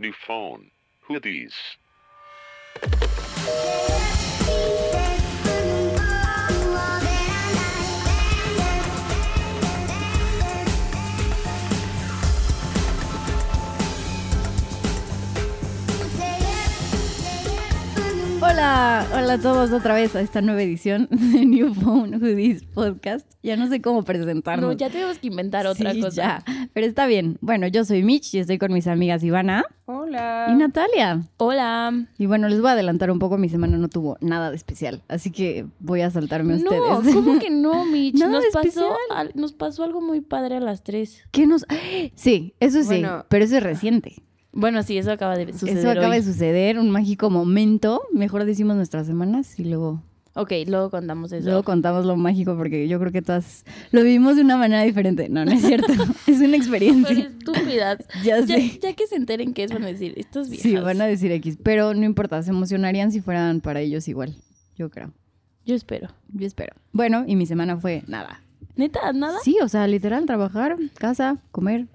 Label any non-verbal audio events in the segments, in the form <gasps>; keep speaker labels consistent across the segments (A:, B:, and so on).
A: New phone. Who these?
B: Hola, hola a todos otra vez a esta nueva edición <laughs> de New Phone Hoodies Podcast. Ya no sé cómo presentarnos.
C: No, ya tenemos que inventar otra
B: Sí,
C: cosa.
B: ya. Pero está bien. Bueno, yo soy Mitch y estoy con mis amigas Ivana y
C: Hola.
B: Natalia.
C: Hola.
B: Y bueno, les voy a adelantar un poco, mi semana no tuvo nada de especial, así que voy a saltarme a
C: No,
B: ustedes.
C: ¿cómo que no, Mitch?
B: Nada
C: nos, pasó,
B: especial.
C: al- nos pasó algo muy padre a las tres.
B: <laughs> ¿Qué nos...? Sí, eso sí,
D: Bueno.
B: pero eso es reciente.
C: Bueno, sí, eso acaba de suceder
B: Eso acaba
C: hoy.
B: de suceder, un mágico momento. Mejor decimos nuestras semanas y luego,
C: Ok, luego contamos eso.
B: luego contamos lo mágico porque yo creo que todas lo vivimos de una manera diferente. No, no es cierto. <laughs> es una
C: <laughs>
B: <laughs>
C: Pero
B: experiencia.
C: estúpidas.
B: Ya
C: ya,
B: sé.
C: ya que se enteren qué es, van a decir, estos viejas.
B: Sí, van a decir X, pero no importa, se emocionarían si fueran para ellos igual, yo creo.
C: Yo espero.
B: Yo espero. Bueno, y mi semana fue nada.
C: ¿Neta? ¿Nada?
B: Sí, o sea, literal, trabajar, casa, comer,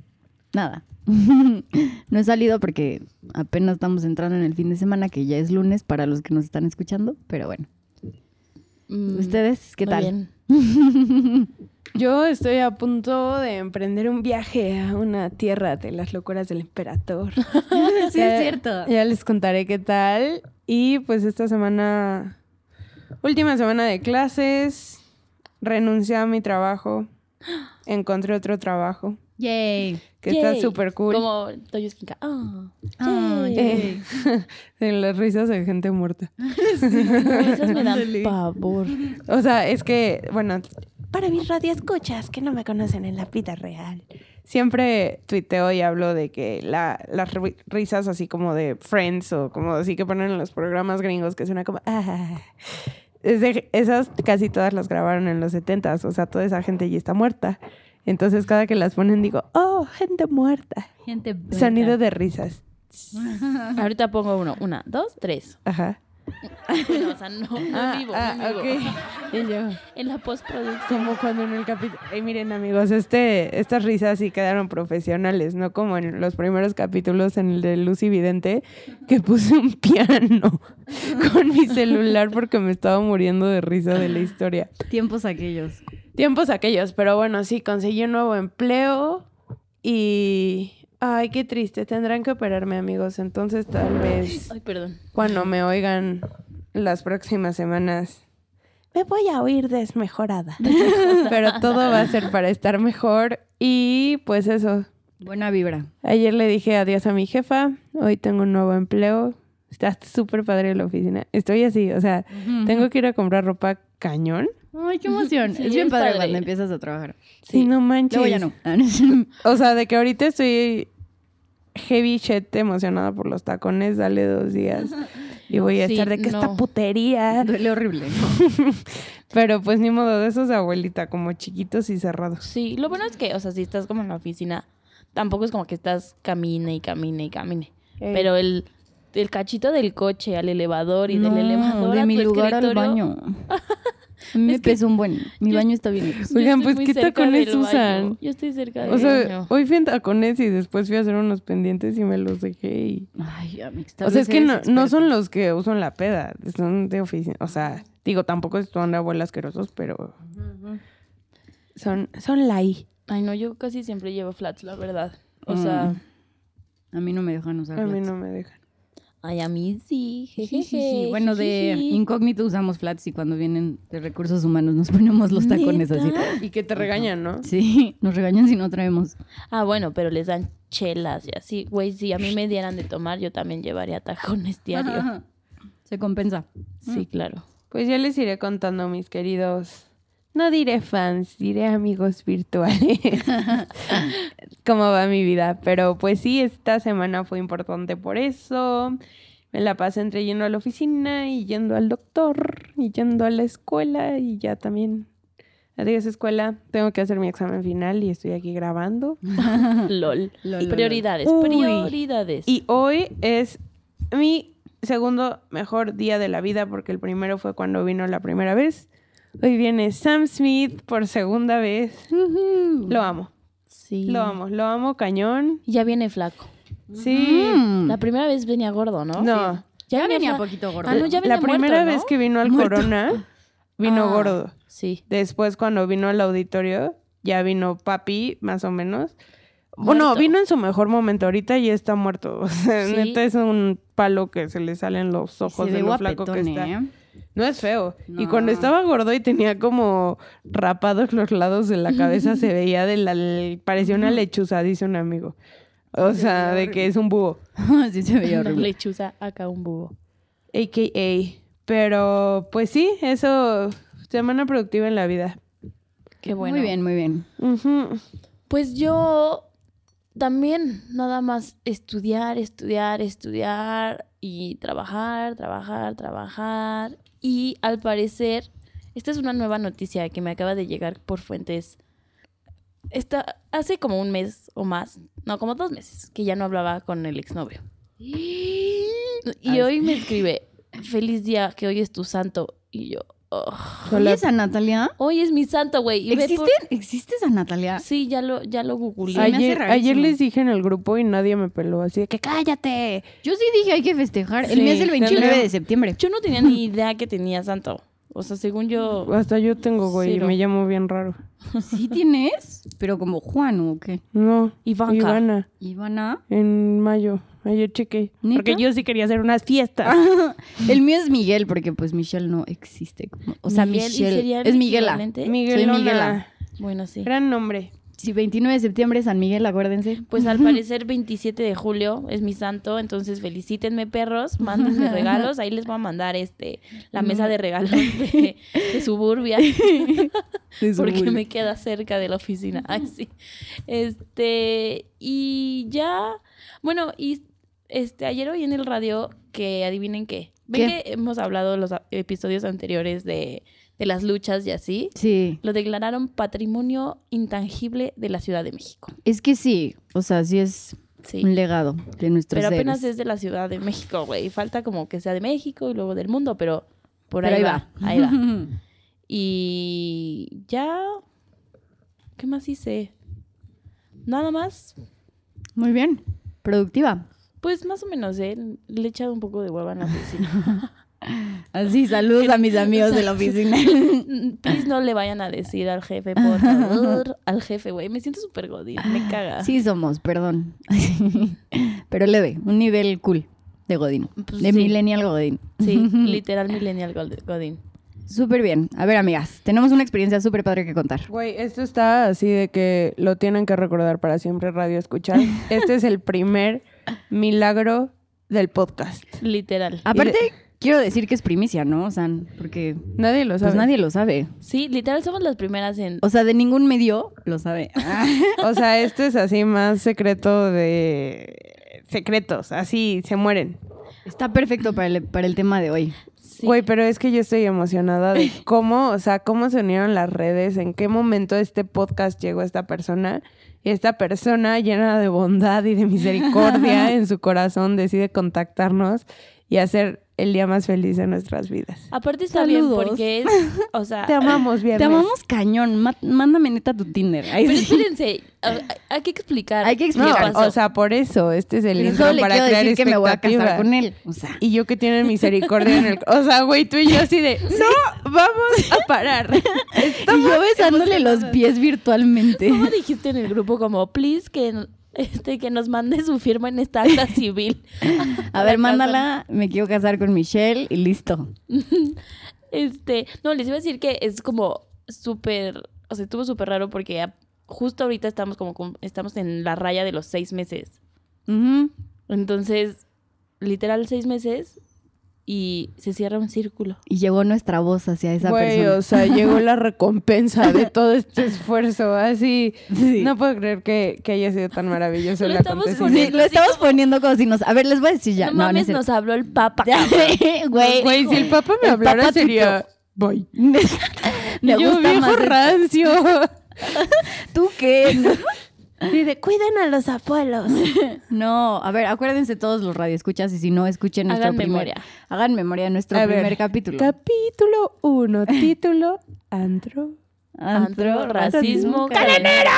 B: nada. <laughs> no he salido porque apenas estamos entrando en el fin de semana, que ya es lunes para los que nos están escuchando, pero bueno.
C: Mm,
B: ¿Ustedes qué
C: muy
B: tal?
C: bien. <laughs>
D: Yo estoy a punto de emprender un viaje a una tierra de las locuras del
B: <laughs>
D: emperador.
B: sí, <laughs>
D: Ya-
B: es cierto.
D: Ya les contaré qué tal. Y pues esta semana, última semana de clases, renuncié a
B: <gasps>
D: mi trabajo, encontré otro trabajo
B: Yay.
D: que está
C: Yay.
D: súper cool.
C: Como Toyo Esquinca.
B: <laughs>
C: Ah,
B: Ah,
C: yay.
B: yay.
D: Eh, <laughs> de las risas de gente muerta.
C: Esas me dan
B: Ándale. <laughs>
C: pavor.
D: O sea, es que, bueno, para mis radioescuchas que no me conocen en la vida real, siempre tuiteo y hablo de que la- las ri- risas así como de Friends o como así que ponen en los programas gringos que suena como... "Ah". Es de- esas casi todas las grabaron en los 70s, o sea, toda esa gente ya está muerta. Entonces cada que las ponen digo, oh, gente muerta.
B: Gente
D: Sonido de risas.
C: Ahorita pongo uno. Una, dos,
B: <laughs>
C: tres.
D: Ajá.
C: Bueno, o sea, no, no en
D: Ah,
C: vivo,
D: ah,
C: no en vivo.
D: ok. Y yo...
C: En la postproducción.
D: Como cuando en el capítulo... miren amigos, este, estas risas sí quedaron profesionales, no como en los primeros capítulos en el de Lucy Vidente, que puse un piano <laughs> con mi celular porque me estaba muriendo de risa de la historia.
B: Tiempos aquellos.
D: Tiempos aquellos, pero bueno, sí, conseguí un nuevo empleo y... Ay, qué triste, tendrán que operarme amigos, entonces tal vez
C: Ay, perdón.
D: cuando me oigan las próximas semanas. Me voy a oír desmejorada. <laughs> Pero todo va a ser para estar mejor. Y pues eso.
B: Buena vibra.
D: Ayer le dije adiós a mi jefa. Hoy tengo un nuevo empleo. Está súper padre la oficina. Estoy así, o sea, tengo que ir a comprar ropa cañón.
B: Ay, qué emoción.
C: Sí,
B: es bien
C: es
B: padre,
C: padre.
B: cuando empiezas a trabajar.
D: Sí, no manches.
B: Luego ya no. Ah, no es cierto.
D: O sea, de que ahorita estoy heavy shit emocionada por los tacones. Dale dos días. Y voy a
C: Sí,
D: estar de que esta
C: no.
D: putería.
B: <laughs> Duele horrible.
D: Pero pues ni modo de esos, abuelita, como chiquitos y cerrados.
C: Sí, lo bueno es que, o sea, si estás como en la oficina, tampoco es como que estás camine y camine y camine. Pero el, el cachito del coche al elevador y
B: No,
C: del elevador
B: de
C: a
B: mi
C: tu
B: lugar al <laughs>
C: escritorio,
B: baño. A mí me
C: Es que
B: pesó un buen. Mi
C: yo-
B: baño está bien. lejos.
C: yo
D: Oigan,
C: estoy
D: pues,
C: muy
D: ¿qué
C: cerca
D: tacones
C: del baño.
D: usan?
C: Yo estoy cerca del
D: O sea,
C: baño.
D: hoy fui en tacones y después fui a hacer unos pendientes y me los dejé. y-
B: Ay, amix, tal
D: O sea,
B: vez
D: es que
B: eres
D: no, no
B: experta.
D: son los que usan la peda, son de oficina. O sea, digo, tampoco son de abuelas asquerosos, pero son, son la I.
C: Ay, no, yo casi siempre llevo flats, la verdad. O
B: Mm.
C: sea,
B: A mí no me dejan usar
D: Mm. A mí
B: flats. <laughs>
D: no me dejan.
C: ay, a mí sí.
B: Jijiji.
C: jejeje,
B: Bueno, de
C: jijiji.
B: incógnito usamos flats y cuando vienen de recursos humanos nos <laughs> ponemos los tacones así.
C: ¿Neta?
D: Y que te regañan, ¿no?
B: Sí, nos regañan si no traemos.
C: Ah, bueno, pero les dan chelas y así. Güey, si a mí me dieran de tomar, yo también llevaría tacones diario.
B: Se compensa.
C: Sí, claro.
D: Pues ya les iré contando, mis queridos. No diré fans, diré amigos virtuales. <laughs> Cómo va mi vida. Pero pues sí, esta semana fue importante por eso. Me la pasé entre yendo a la oficina y yendo al doctor y yendo a la escuela y ya también. Adiós escuela, tengo que hacer mi examen final y estoy aquí grabando.
C: LOL.
B: Lol, lol,
C: prioridades,
D: lol. Uy.
C: prioridades.
D: Y hoy es mi segundo mejor día de la vida porque el primero fue cuando vino la primera vez. Hoy viene Sam Smith por segunda vez. Lo amo,
C: sí.
D: lo amo, lo amo cañón.
C: Ya viene flaco.
D: Sí.
B: Mm.
C: La primera vez venía gordo, ¿no?
D: No.
C: Ya,
B: Ya venía
C: fla-
B: poquito gordo.
C: Ah, no, ya venía
D: la primera
C: muerto, ¿no?
D: vez que vino al
B: Muerto.
D: Corona, vino
C: Ah,
D: gordo.
C: Sí.
D: Después, cuando vino al auditorio, ya vino papi, más o menos. Bueno,
C: Muerto.
D: vino en su mejor momento. Ahorita ya está muerto. <laughs> O sea,
C: Sí.
D: neta es un palo que se le salen los ojos
B: Se
D: de
B: ve
D: lo flaco que
B: guapetón,
D: está.
B: ¿eh?
D: No es feo. Y
B: No.
D: cuando estaba gordo y tenía como rapados los lados de la cabeza, se veía de la. parecía una lechuza, dice un amigo. O sea, de que es un búho.
C: ¿eh?
B: <laughs> sí, se
C: <laughs>
B: veía
C: Una
B: horrible.
C: lechuza acá un búho.
D: AKA. Pero pues sí, eso. Semana productiva en la vida.
C: Qué bueno.
B: Muy bien, muy bien.
D: Ujú.
C: Pues yo también nada más estudiar, estudiar, estudiar y trabajar, trabajar, trabajar. Y al parecer, esta es una nueva noticia que me acaba de llegar por fuentes. Esta, hace como un mes o más, no, como dos meses, que ya no hablaba con el exnovio. Y hoy me escribe, feliz día, que hoy es tu santo. Y yo, "Ugh,
B: ¿Oye San Natalia?
C: hoy es mi santo, güey. Y ve
B: ¿Existe,
C: por-
B: ¿Existe San Natalia?
C: Sí, ya lo, ya lo googleé.
B: Se me hace
D: Ayer,
B: rarísimo.
D: ayer les dije en el grupo y nadie me peló. Así de que cállate.
B: Yo sí dije hay que festejar. El
D: Sí,
B: mes del 29
D: tendremos-
B: de septiembre.
C: Yo no tenía ni idea que tenía santo. O sea, según yo.
D: Hasta yo tengo, güey, y
C: Cero.
D: me llamo bien raro.
C: <laughs>
B: ¿Sí tienes? Pero como Juan o qué.
D: No.
C: Ivanka.
D: Ivana,
C: <laughs>
B: Ivana.
D: en mayo. Ayer chequé.
B: ¿Neta?
D: Porque yo sí quería hacer unas fiestas.
C: Ah,
B: El mío es Miguel porque pues Michelle no existe. como- O sea,
C: Miguel, ¿y sería
B: Michelle.
C: el
B: Es Miguela.
C: equivalente?
D: Miguelona.
B: Soy Miguela.
C: Bueno, sí.
D: Gran nombre.
B: Sí, 29 de septiembre San Miguel, acuérdense.
C: Pues al parecer 27 de julio es mi santo, entonces felicítenme
B: <laughs>
C: perros, mándenme regalos, ahí les voy a mandar este la mesa de regalos de,
B: <laughs>
C: de suburbia, porque me queda cerca de la oficina. Ay, sí. Este, y ya, bueno, y este ayer oí en el radio que adivinen qué. Ven
B: ¿Qué?
C: que hemos hablado en los a- episodios anteriores de, de las luchas y así.
B: Sí.
C: lo declararon patrimonio intangible de la Ciudad de México.
B: Es que sí. O sea, sí es
C: Sí.
B: un legado de nuestros
C: Pero apenas
B: héroes.
C: es de la Ciudad de México, güey. Falta como que sea de México y luego del mundo, pero por
B: Pero
C: ahí, va. Ahí va. Y ya. ¿Qué más hice? Nada más.
B: <laughs> Muy bien. Productiva.
C: Pues más o menos, ¿eh? Le he echado un poco de hueva en la <laughs> oficina.
B: Así, saludos a <laughs> mis amigos de la oficina.
C: Mm, Please no le vayan a decir al jefe, por favor. Al jefe, güey. Me siento súper godín. Me caga.
B: <laughs> Sí somos, perdón. <laughs> Pero leve, un nivel cool de Godín.
C: Pues
B: de
C: sí.
B: Millennial Godín. <laughs>
C: Sí, literal millennial gold- godín.
B: Súper bien. A ver, amigas, tenemos una experiencia súper padre que contar.
D: Güey, esto está así de que lo tienen que recordar para siempre
B: <laughs>
D: radio escuchar. Este es el primer milagro del podcast.
C: Literal.
B: Aparte, quiero decir que es primicia, ¿no? O sea, porque
D: Nadie lo sabe.
B: pues nadie lo sabe.
C: Sí, literal somos las primeras en...
B: O sea, de ningún medio lo <laughs> sabe.
D: O sea, este es así más secreto de secretos. Así se mueren.
B: Está perfecto para el, para el tema de hoy.
C: Sí.
D: Güey, pero es que yo estoy
B: <laughs>
D: emocionada de cómo, o sea, cómo se unieron las redes, en qué momento este podcast llegó a esta persona y esta persona llena de bondad y de misericordia
B: <laughs>
D: en su corazón decide contactarnos y hacer el día más feliz de nuestras vidas.
C: Aparte está
B: Saludos.
C: bien porque es... O sea...
D: Te amamos, bien.
B: Te amamos cañón. Ma- mándame neta tu Tinder. Ahí
C: Pero
B: sí.
C: espérense, a- hay que explicar.
B: Hay que
C: qué
D: No,
B: explicar.
C: pasó.
D: o sea, por eso este es el
B: Pero
D: intro
B: solo le
D: para
B: quiero
D: crear
B: decir que me voy a casar
D: expectativa.
B: con él. O sea,
D: Y yo que tienen misericordia en el... O sea, güey, tú y yo
B: <laughs>
D: así de... No, vamos a parar.
B: y yo besándole los pies virtualmente.
C: ¿Cómo dijiste en el grupo como, please, que, este, que nos mande su firma en
B: <laughs>
C: esta acta civil?
B: A ver, mándala, me quiero casar con Michelle y listo.
C: Este, no, les iba a decir que es como súper, o sea, estuvo súper raro porque a- justo ahorita estamos como, con- estamos en la raya de los seis meses. Entonces, literal seis meses y se cierra un círculo.
B: Y llegó nuestra voz hacia esa
D: Güey,
B: persona.
D: o sea, llegó la recompensa
B: <laughs>
D: de todo este esfuerzo. Así,
B: Sí.
D: no puedo creer que, que haya sido tan maravilloso
C: Lo
D: el
C: estamos
B: Sí,
D: acontecimiento.
B: lo estamos poniendo como si nos... A ver, les voy a decir ya.
C: no mames,
B: no,
C: nos habló el papa. cabrón.
B: nos... <laughs> Güey,
D: Güey, si el papá me
B: El
D: hablara
B: Papa
D: sería... Voy.
B: me
D: yo,
B: gusta
D: viejo
B: más... el-
C: <laughs>
D: rancio.
B: ¿Tú qué?
D: Y de, cuiden a los abuelos.
B: No, a ver, acuérdense todos los radioescuchas y si no, escuchen nuestro
C: Hagan
B: primer-
C: memoria.
B: Hagan memoria de nuestro
D: A ver,
B: primer capítulo.
D: Capítulo <laughs> 1, título, antro.
C: Antro,
B: <laughs>
C: racismo,
D: ¡Cadenero!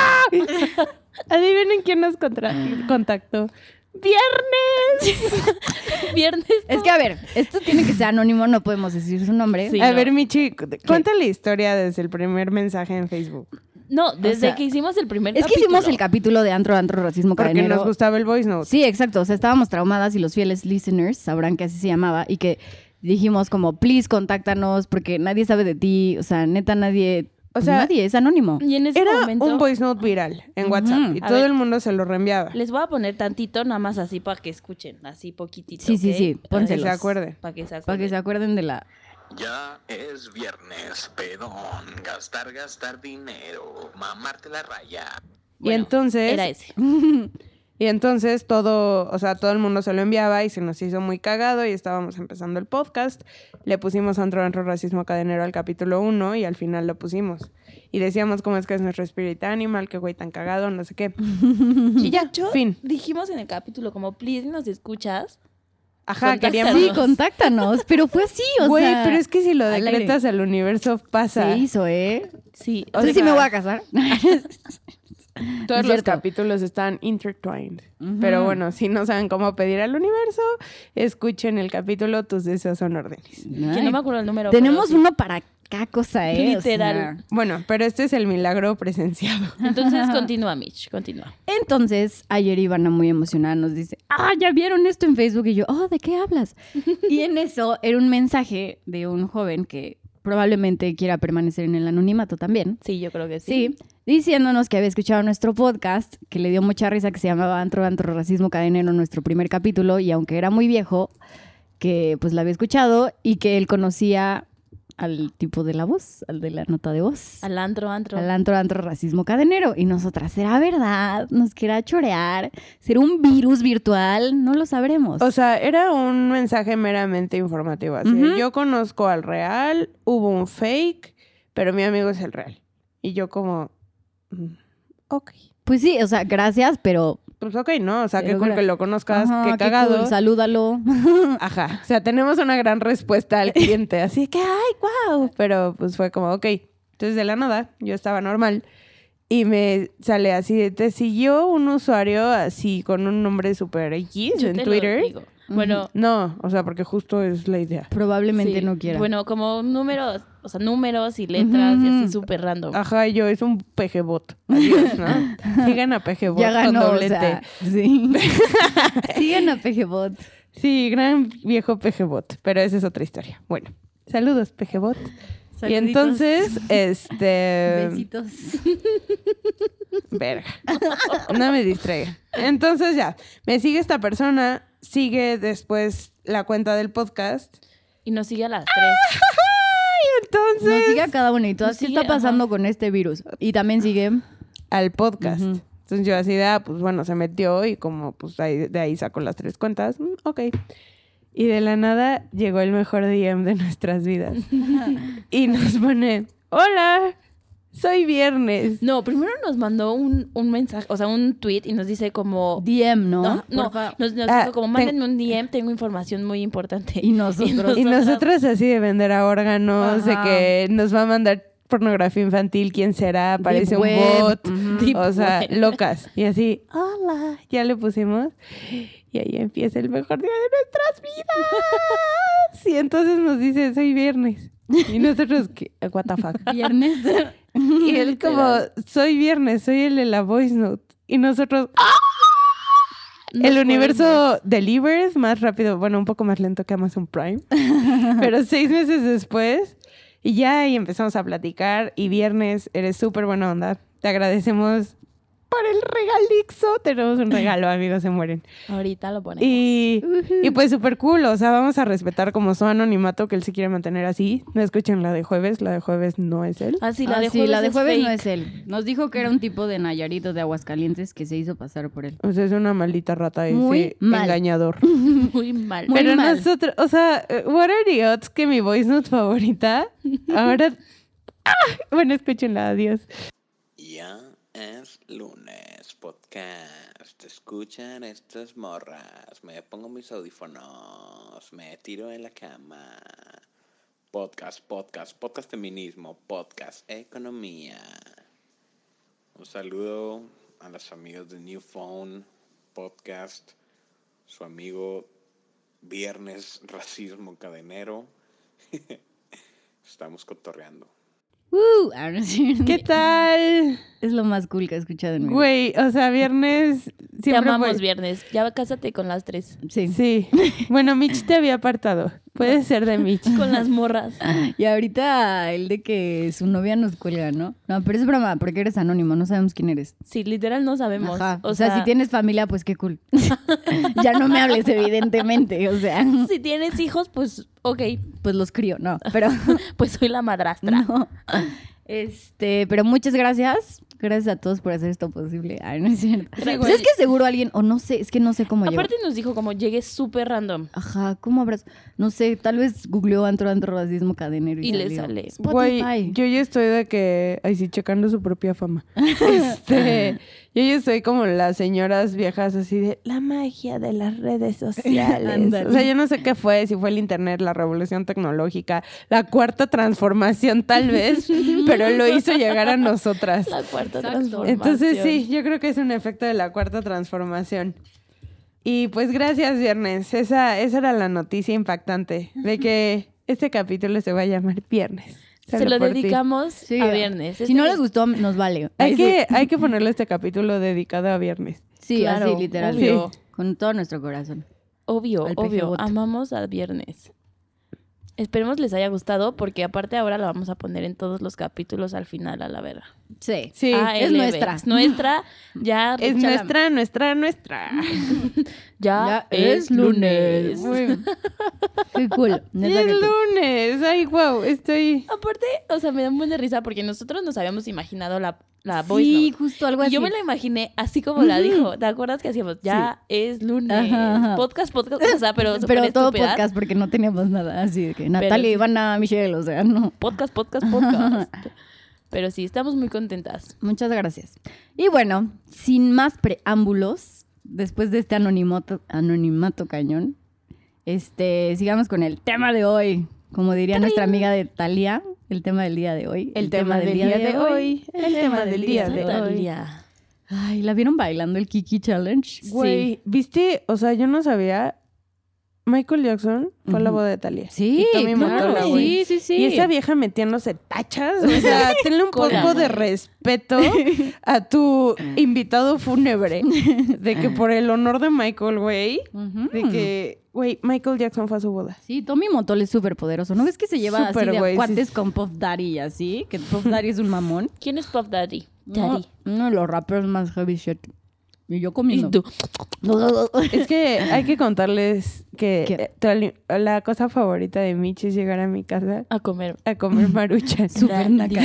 D: Adivinen quién nos contra- contactó.
C: ¡Viernes! <laughs> ¡Viernes!
B: Es que, a ver, esto tiene que ser anónimo, no podemos decir su nombre.
C: Sí.
D: a
C: no.
D: ver, Michi, cu- cuenta la historia desde el primer mensaje en Facebook.
C: No, desde
B: sea,
C: que hicimos el primer
B: Es que hicimos el
C: capítulo.
B: capítulo de antro, antro, racismo,
D: Porque
B: cadenero.
D: nos gustaba el voice note.
B: Sí, exacto. O sea, estábamos traumadas y los fieles listeners sabrán que así se llamaba y que dijimos como, please, contáctanos porque nadie sabe de ti. O sea, neta, nadie... pues
D: sea,
B: nadie, es anónimo.
C: Y en ese
D: Era
C: momento...
D: un voice note viral en
B: Ujú.
D: WhatsApp y
C: A
D: todo
C: ver.
D: el mundo se lo reenviaba.
C: Les voy a poner tantito, nada más así para que escuchen, así poquitito.
B: Sí, sí, sí,
D: Para que
B: pónselos.
D: se acuerde.
C: Para que se acuerden.
B: Para que se acuerden de la...
E: Ya es viernes, pedón, gastar, gastar dinero, mamarte la raya.
D: y
C: Bueno,
D: entonces
C: Era ese.
D: y entonces todo, o sea, todo el mundo se lo enviaba y se nos hizo muy cagado y estábamos empezando el podcast. Le pusimos antro antro racismo cadenero al capítulo 1 y al final lo pusimos. Y decíamos cómo es que es nuestro spirit animal, qué güey tan cagado, no
B: <laughs>
D: sé qué.
C: Y ya,
D: fin.
C: dijimos en el capítulo como, please, nos escuchas.
D: Ajá, queríamos
B: Sí,
C: Contáctanos.
B: contáctanos. Pero fue así, o
D: Güey,
B: sea...
D: pero es que si lo
B: al aire.
D: decretas al universo pasa.
B: Se hizo, ¿eh?
C: Sí.
D: O
B: Entonces sí
D: sea-
B: me voy a casar.
D: Todos
B: Es
D: los
B: cierto.
D: capítulos están intertwined.
B: Ujú.
D: Pero bueno, si no saben cómo pedir al universo, escuchen el capítulo Tus deseos son órdenes.
C: que no me acuerdo el número.
B: Tenemos
C: pero sí.
B: uno para cada cosa, ¿eh? O
C: Literal.
B: sea,
D: Bueno, pero este es el milagro presenciado. <laughs>
C: Entonces continúa, Mitch, continúa.
B: Entonces, ayer Ivana muy emocionada nos dice, ah, ya vieron esto en Facebook. Y yo, oh, ¿de qué hablas? y en eso era un mensaje de un joven que probablemente quiera permanecer en el anonimato también.
C: Sí, yo creo que sí.
B: Sí, diciéndonos que había escuchado nuestro podcast, que le dio mucha risa, que se llamaba Antro, Antro, Racismo, Cadenero, nuestro primer capítulo, y aunque era muy viejo, que pues la había escuchado y que él conocía al tipo de la voz, al de la nota de voz.
C: Al antro, antro.
B: Al antro, antro, racismo cadenero. Y nosotras, ¿será verdad? ¿Nos quiera chorear? ¿Será un virus virtual? No lo sabremos.
D: O sea, era un mensaje meramente informativo. Así, de,
B: Ujú.
D: Yo conozco al real, hubo un fake, pero mi amigo es el real. Y yo como, mm, ok.
B: pues sí, o sea, gracias, pero...
D: Pues ok, ¿no? O sea, qué
B: Pero
D: cool
B: gra-
D: que lo conozcas,
B: ajá,
D: qué
B: qué
D: cagado.
B: cool, salúdalo. <laughs>
D: Ajá. O sea, tenemos una gran respuesta al <laughs> cliente. Así que, ay, wow. Pero pues fue como, ok. Entonces, de la nada, yo estaba normal. Y me sale así, de, te siguió un usuario así con un nombre súper X
C: Yo
D: en
C: te lo
D: Twitter.
C: digo. Bueno,
D: No, o sea, porque justo es la idea.
B: Probablemente
C: sí.
B: no quiera.
C: Bueno, como números, o sea, números y letras y así
B: Ujú. Ah.
C: súper random.
D: Ajá, y yo, es un pejebot. Adiós, <laughs> ¿no? Sigan a pejebot
B: ya ganó,
D: con
B: o
D: doble
B: sea,
D: T. <laughs>
B: sí. Sigan a Pejebot.
D: Sí, gran viejo pejebot. Pero esa es otra historia. Bueno, saludos, pejebot. Y
B: Saluditos.
D: entonces, este...
B: Besitos.
D: Verga. No me distraiga. Entonces ya, me sigue esta persona, sigue después la cuenta del podcast.
C: Y nos sigue a las tres.
B: Nos
D: Entonces,
B: sigue a cada uno y todo.
C: Nos
B: ¿Qué
C: sigue,
B: está pasando con este virus? Y también sigue...
D: al podcast.
B: Ujú.
D: Entonces yo así de, ah, pues bueno, se metió y como pues ahí- de ahí sacó las tres cuentas. Mm, ok. Y de la nada llegó el mejor DM de nuestras
B: <laughs>
D: vidas. y nos pone, hola, soy viernes.
C: No, primero nos mandó un, un mensaje, o sea, un tweet y nos dice como...
B: DM, ¿no?
C: No, no,
B: Porfa.
C: nos, nos
D: Ah,
C: dijo como,
D: ten-
C: mándenme un DM, tengo información muy <laughs> importante.
B: Y nosotros.
D: Y nosotros así de vender a órganos,
B: Ajá.
D: de que nos va a mandar pornografía infantil, quién será, <laughs> parece
B: Deep
D: un
B: web.
D: bot,
B: E <laughs> Ujú.
C: Deep
D: o sea,
C: web.
D: locas. Y así, hola, ya le pusimos. Y ahí empieza el mejor día de nuestras vidas. Y entonces nos dice, soy viernes. Y nosotros, ¿qué? what the fuck.
C: <laughs>
B: Viernes.
D: Y él como, soy viernes, soy el de la voice note. Y nosotros, ¡ah!
C: Nos
D: el universo delivered más rápido, bueno, un poco más lento que Amazon Prime, <laughs> pero seis meses después y ya ahí empezamos a platicar y viernes eres súper buena onda. Te agradecemos por el regalixo. Tenemos un regalo, amigos, se mueren.
C: podemos. Ahorita lo ponemos.
D: Y, y pues súper cool, o sea, vamos a respetar como su anonimato que él se quiere mantener así. No escuchen la de jueves, la de jueves no es él.
C: Ah, sí,
B: Ah,
C: la de jueves,
B: no
C: fake.
B: es él. Nos dijo que era un tipo de Nayarito de Aguascalientes que se hizo pasar por él.
D: O sea, es una maldita rata
B: Muy
D: ese
B: mal.
D: engañador.
C: <laughs> Muy mal.
B: Muy
D: Pero
B: mal.
D: nosotros, o sea, eh, what are the odds que mi voice note favorita ahora... <laughs> ¡Ah! Bueno, escúchenla, adiós.
E: Ya es lunes, podcast. Escuchan estas morras. Me pongo mis audífonos. Me tiro en la cama. Podcast, podcast, podcast feminismo, podcast economía. Un saludo a los amigos de New Phone Podcast.
F: su amigo Viernes <laughs> Racismo Cadenero. <laughs> Estamos cotorreando.
B: ¡Woo! <laughs> Ah, no es cierto.
D: ¿Qué tal?
B: Es lo más cool que he escuchado en mi vida.
D: Güey, o sea, viernes siempre
C: Te amamos
D: fue-
C: viernes. Ya cásate con las tres. <laughs>
B: Sí.
D: Sí. Bueno, Mitch te había apartado. Puede ser de Mitch.
C: Con las morras.
B: Y ahorita el de que su novia nos cuelga, ¿no? No, pero es broma, porque eres anónimo, no sabemos quién eres.
C: Sí, literal no sabemos.
B: Ajá. O, sea, si tienes familia, pues qué cool. <laughs> ya no me hables, evidentemente. O sea, <laughs>
C: <laughs> si tienes hijos, pues ok,
B: pues los crío, no. Pero
C: pues soy la madrastra.
B: no. Este, pero muchas gracias. Gracias a todos por hacer esto posible. Ay, no es cierto.
C: Sí, güey.
B: Pues es que seguro alguien, o no sé, es que no sé cómo llegó.
C: Aparte nos dijo como llegué súper random.
B: Ajá, ¿cómo habrás? No sé, tal vez googleó antro, antro, racismo, cadenero y,
C: Y le
B: salió.
C: sale.
B: Spotify.
D: Güey, yo ya estoy de que, ay sí, checando su propia
B: <laughs>
D: fama. Este, yo ya estoy como las señoras viejas así de la magia de las redes sociales.
B: Ándale.
D: o sea, yo no sé qué fue, si fue el internet, la revolución tecnológica, la cuarta transformación
B: <laughs>
D: tal vez, pero lo hizo llegar a nosotras.
C: La cuarta
B: Exacto.
C: transformación.
D: Entonces sí, yo creo que es un efecto de la cuarta transformación. Y pues gracias, Viernes. Esa, esa era la noticia impactante de que este capítulo se va a llamar Viernes.
C: Se
D: Solo
C: lo
D: por ti.
C: dedicamos
B: Sí,
C: a viernes.
B: Si
C: Este
B: no
C: es-
B: les gustó, nos vale.
D: <laughs> Hay
B: Ahí
D: que, hay que ponerle este capítulo dedicado a Viernes.
B: Sí,
C: Claro,
B: así, literal.
D: obvio.
B: Sí. Con todo nuestro corazón.
C: Obvio,
B: Al
C: obvio.
B: pejevote.
C: Amamos al viernes. Esperemos les haya gustado porque aparte ahora la vamos a poner en todos los capítulos al final a la verga.
B: Sí.
D: Sí,
B: es
C: ALB.
B: nuestra.
C: Es nuestra. Ya
D: es
C: échala.
D: nuestra, nuestra, <laughs> nuestra.
C: Ya, es lunes.
D: Muy-
B: Qué
D: <laughs>
B: cool. Neta
D: es
B: que cool.
D: lunes. Ay, wow, estoy.
C: Aparte, o sea, me da un buen de risa porque nosotros nos habíamos imaginado la, la voice
B: Sí,
C: note.
B: justo algo
C: Ah, Y
B: así.
C: yo me la imaginé así como la dijo. ¿Te acuerdas que hacíamos? Ya es lunes.
B: Ajá, ajá.
C: Podcast, podcast, o sea, pero
B: <laughs>
C: súper
B: Pero todo
C: estúpidas.
B: podcast porque no teníamos nada así de que Natalia,
C: sí.
B: Ivana, Michelle, o sea, no.
C: Podcast, podcast, podcast.
B: <laughs>
C: pero sí, estamos muy contentas.
B: Muchas gracias. Y bueno, sin más preámbulos, después de este anonimato, anonimato cañón, este, sigamos con el tema de hoy. Como diría nuestra amiga de Talia, el tema del día de hoy.
D: El tema del día de hoy. El tema del día de
C: Santa
D: hoy.
C: Lía.
B: Ay, ¿la vieron bailando el Kiki Challenge?
D: Güey, ¿viste? O sea, yo no sabía. Michael Jackson fue a la
B: Ujú.
D: boda de Talia.
B: Sí,
D: Y Tommy
B: claro,
D: Mottola,
B: sí,
D: güey.
B: sí, sí.
D: Y esa vieja metiéndose tachas. O sea, tenle un
C: Cola,
D: poco de
C: ¿no?
D: respeto a tu invitado fúnebre. De que por el honor de Michael, güey.
B: Ujú.
D: De que, güey, Michael Jackson fue a su boda.
B: Sí, Tommy Motola es súper poderoso. ¿No ves que se lleva
D: Súper,
B: así de a
D: güey, sí.
B: cuates con Puff Daddy y así? Que Puff Daddy es un mamón.
C: ¿Quién es Puff Daddy? Daddy.
B: No, uno de los rappers más heavy shit. Y yo comiendo. <laughs>
C: Y tú,
D: Es que hay que contarles que
B: ¿Qué?
D: eh, tal- la cosa favorita de Mitch es llegar a mi casa
B: <laughs>
C: a comer.
D: a comer marucha.
B: Súper naca.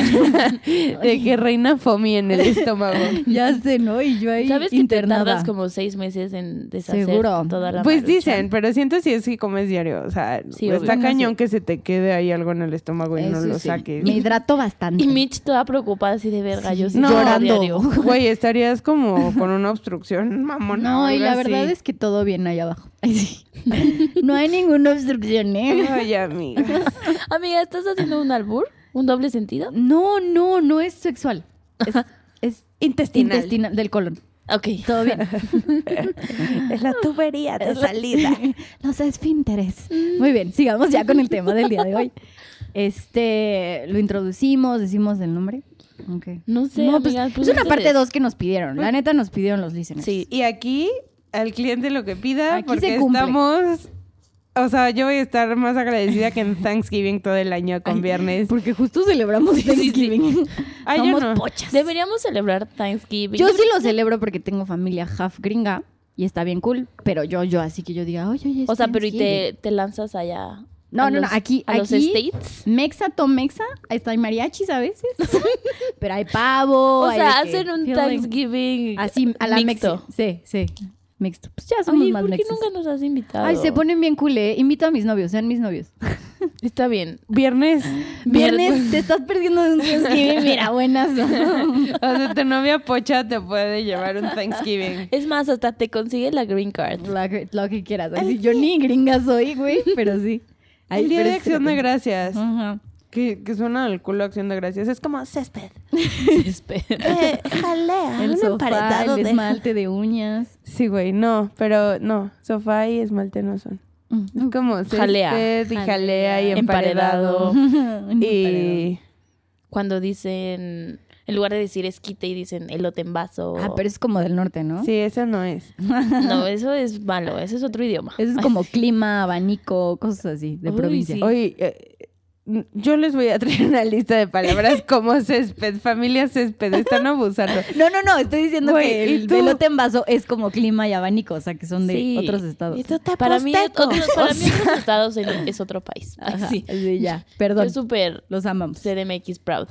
D: de que reina Fomi en el estómago.
B: <laughs> Ya sé, ¿no? Y yo ahí
C: ¿Sabes que
B: internada.
C: te tardas como seis meses en deshacer
B: Seguro.
C: toda la
D: Pues
C: maruchan?
D: dicen, pero siento si es que comes diario. O sea,
C: Sí,
D: está
C: obvio.
D: cañón que se te quede ahí algo en el estómago y no
B: Eso
D: lo
B: sí.
D: saques.
B: Me hidrato bastante.
C: Y Mitch toda preocupada así de verga. Yo sí
D: No.
C: lloro <laughs>
D: Llorando.
C: diario.
D: Güey, estarías como con una obstrucción, mamón.
B: No, y la verdad es que todo bien ahí abajo. <laughs> Ay, sí. No hay ninguna obstrucción, ¿eh?
D: <laughs> Ay, amiga.
C: Amiga, ¿estás haciendo un albur? ¿Un doble sentido?
B: No, no, no es sexual. Es, es
D: Intestinal.
B: intestinal, del colon.
C: Ok.
B: Todo <laughs> bien.
D: Es la tubería de salida.
B: <laughs> Los esfínteres. Muy bien, sigamos ya con el tema del día de hoy. Este, lo introducimos, decimos el nombre. Ok.
C: No sé,
B: No, pues,
C: amigas, pues
B: es una parte
C: ustedes.
B: 2 que nos pidieron. La neta nos pidieron los listeners.
C: Sí.
D: Y aquí, al cliente lo que pida,
B: Aquí
D: porque
B: se cumple.
D: estamos. O sea, yo voy a estar más agradecida que en Thanksgiving todo el año con viernes.
B: Porque justo celebramos Thanksgiving.
D: Ay, yo
B: Somos
D: no.
B: pochas.
C: Deberíamos celebrar Thanksgiving.
B: Yo sí lo celebro porque tengo familia half gringa y está bien cool, pero yo, yo, así que yo diga, oye, oye, es
C: O sea, pero y
B: Thanksgiving".
C: te, te lanzas allá.
B: No,
C: a
B: no, no,
C: los-
B: aquí-
C: A los
B: aquí-
C: States.
B: Mexa, tom mexa, está hay mariachis a
C: <laughs>
B: veces, pero hay pavo.
C: O
B: hay
C: sea,
B: de que
C: hacen un
B: feeling.
C: Thanksgiving.
B: Así, a la
C: mixto.
B: mexi. Sí, sí, mixto. Pues ya somos
C: Oye,
B: más
C: ¿por qué
B: mexos.
C: nunca nos has invitado?
B: Ay, se ponen bien cool, eh. Invito a mis novios, sean mis
C: <laughs>
B: novios.
C: Está bien.
D: Viernes.
B: Viernes, te estás perdiendo de un Thanksgiving, mira, buenas.
C: <laughs>
D: O sea, tu novia pocha te puede llevar un Thanksgiving.
C: Es más, hasta te consigue la green card.
B: <laughs> lo, que, lo que quieras. Así, yo ni gringa soy,
D: <laughs>
B: güey, pero sí. Ay,
D: el día
B: pero
D: de
B: sí,
D: acción de gracias. <laughs>
B: Ajá.
D: Que, que suena al culo acción de gracias. Es como césped.
C: se espera.
D: Eh, jalea,
B: El
D: un
B: sofá,
D: emparedado
B: el
D: de-
B: esmalte de
D: <laughs>
B: uñas.
D: Sí, güey, no, pero no, sofá y esmalte no son. Es <laughs> como
C: Jalea.
D: césped y jalea y
C: Emparedado.
D: emparedado.
B: Y...
D: <laughs> Y
C: Cuando dicen, en lugar de decir esquite y dicen elote en vaso.
B: Ah, pero eso es como del norte, ¿no?
D: sí, eso no es.
C: No, eso es malo, eso es otro idioma.
B: Eso es como clima, abanico, cosas así, de
C: Uy,
B: provincia.
C: sí.
D: Oye, eh, yo les voy a traer una lista de palabras como césped, familia césped, están abusando.
B: No, no, no, estoy diciendo
D: Güey,
B: que
D: ¿y
B: el
D: tú?
B: velote en vaso es como clima y abanico, o sea, que son de
C: Sí.
B: otros estados.
D: Y tú te
C: Para mí,
D: apostaco.
C: otros- para mí
D: O sea,
C: otros estados <laughs> en- es otro país.
B: Ajá,
C: Así.
B: sí, ya, perdón.
C: Yo súper
B: Los amamos.
C: CDMX proud.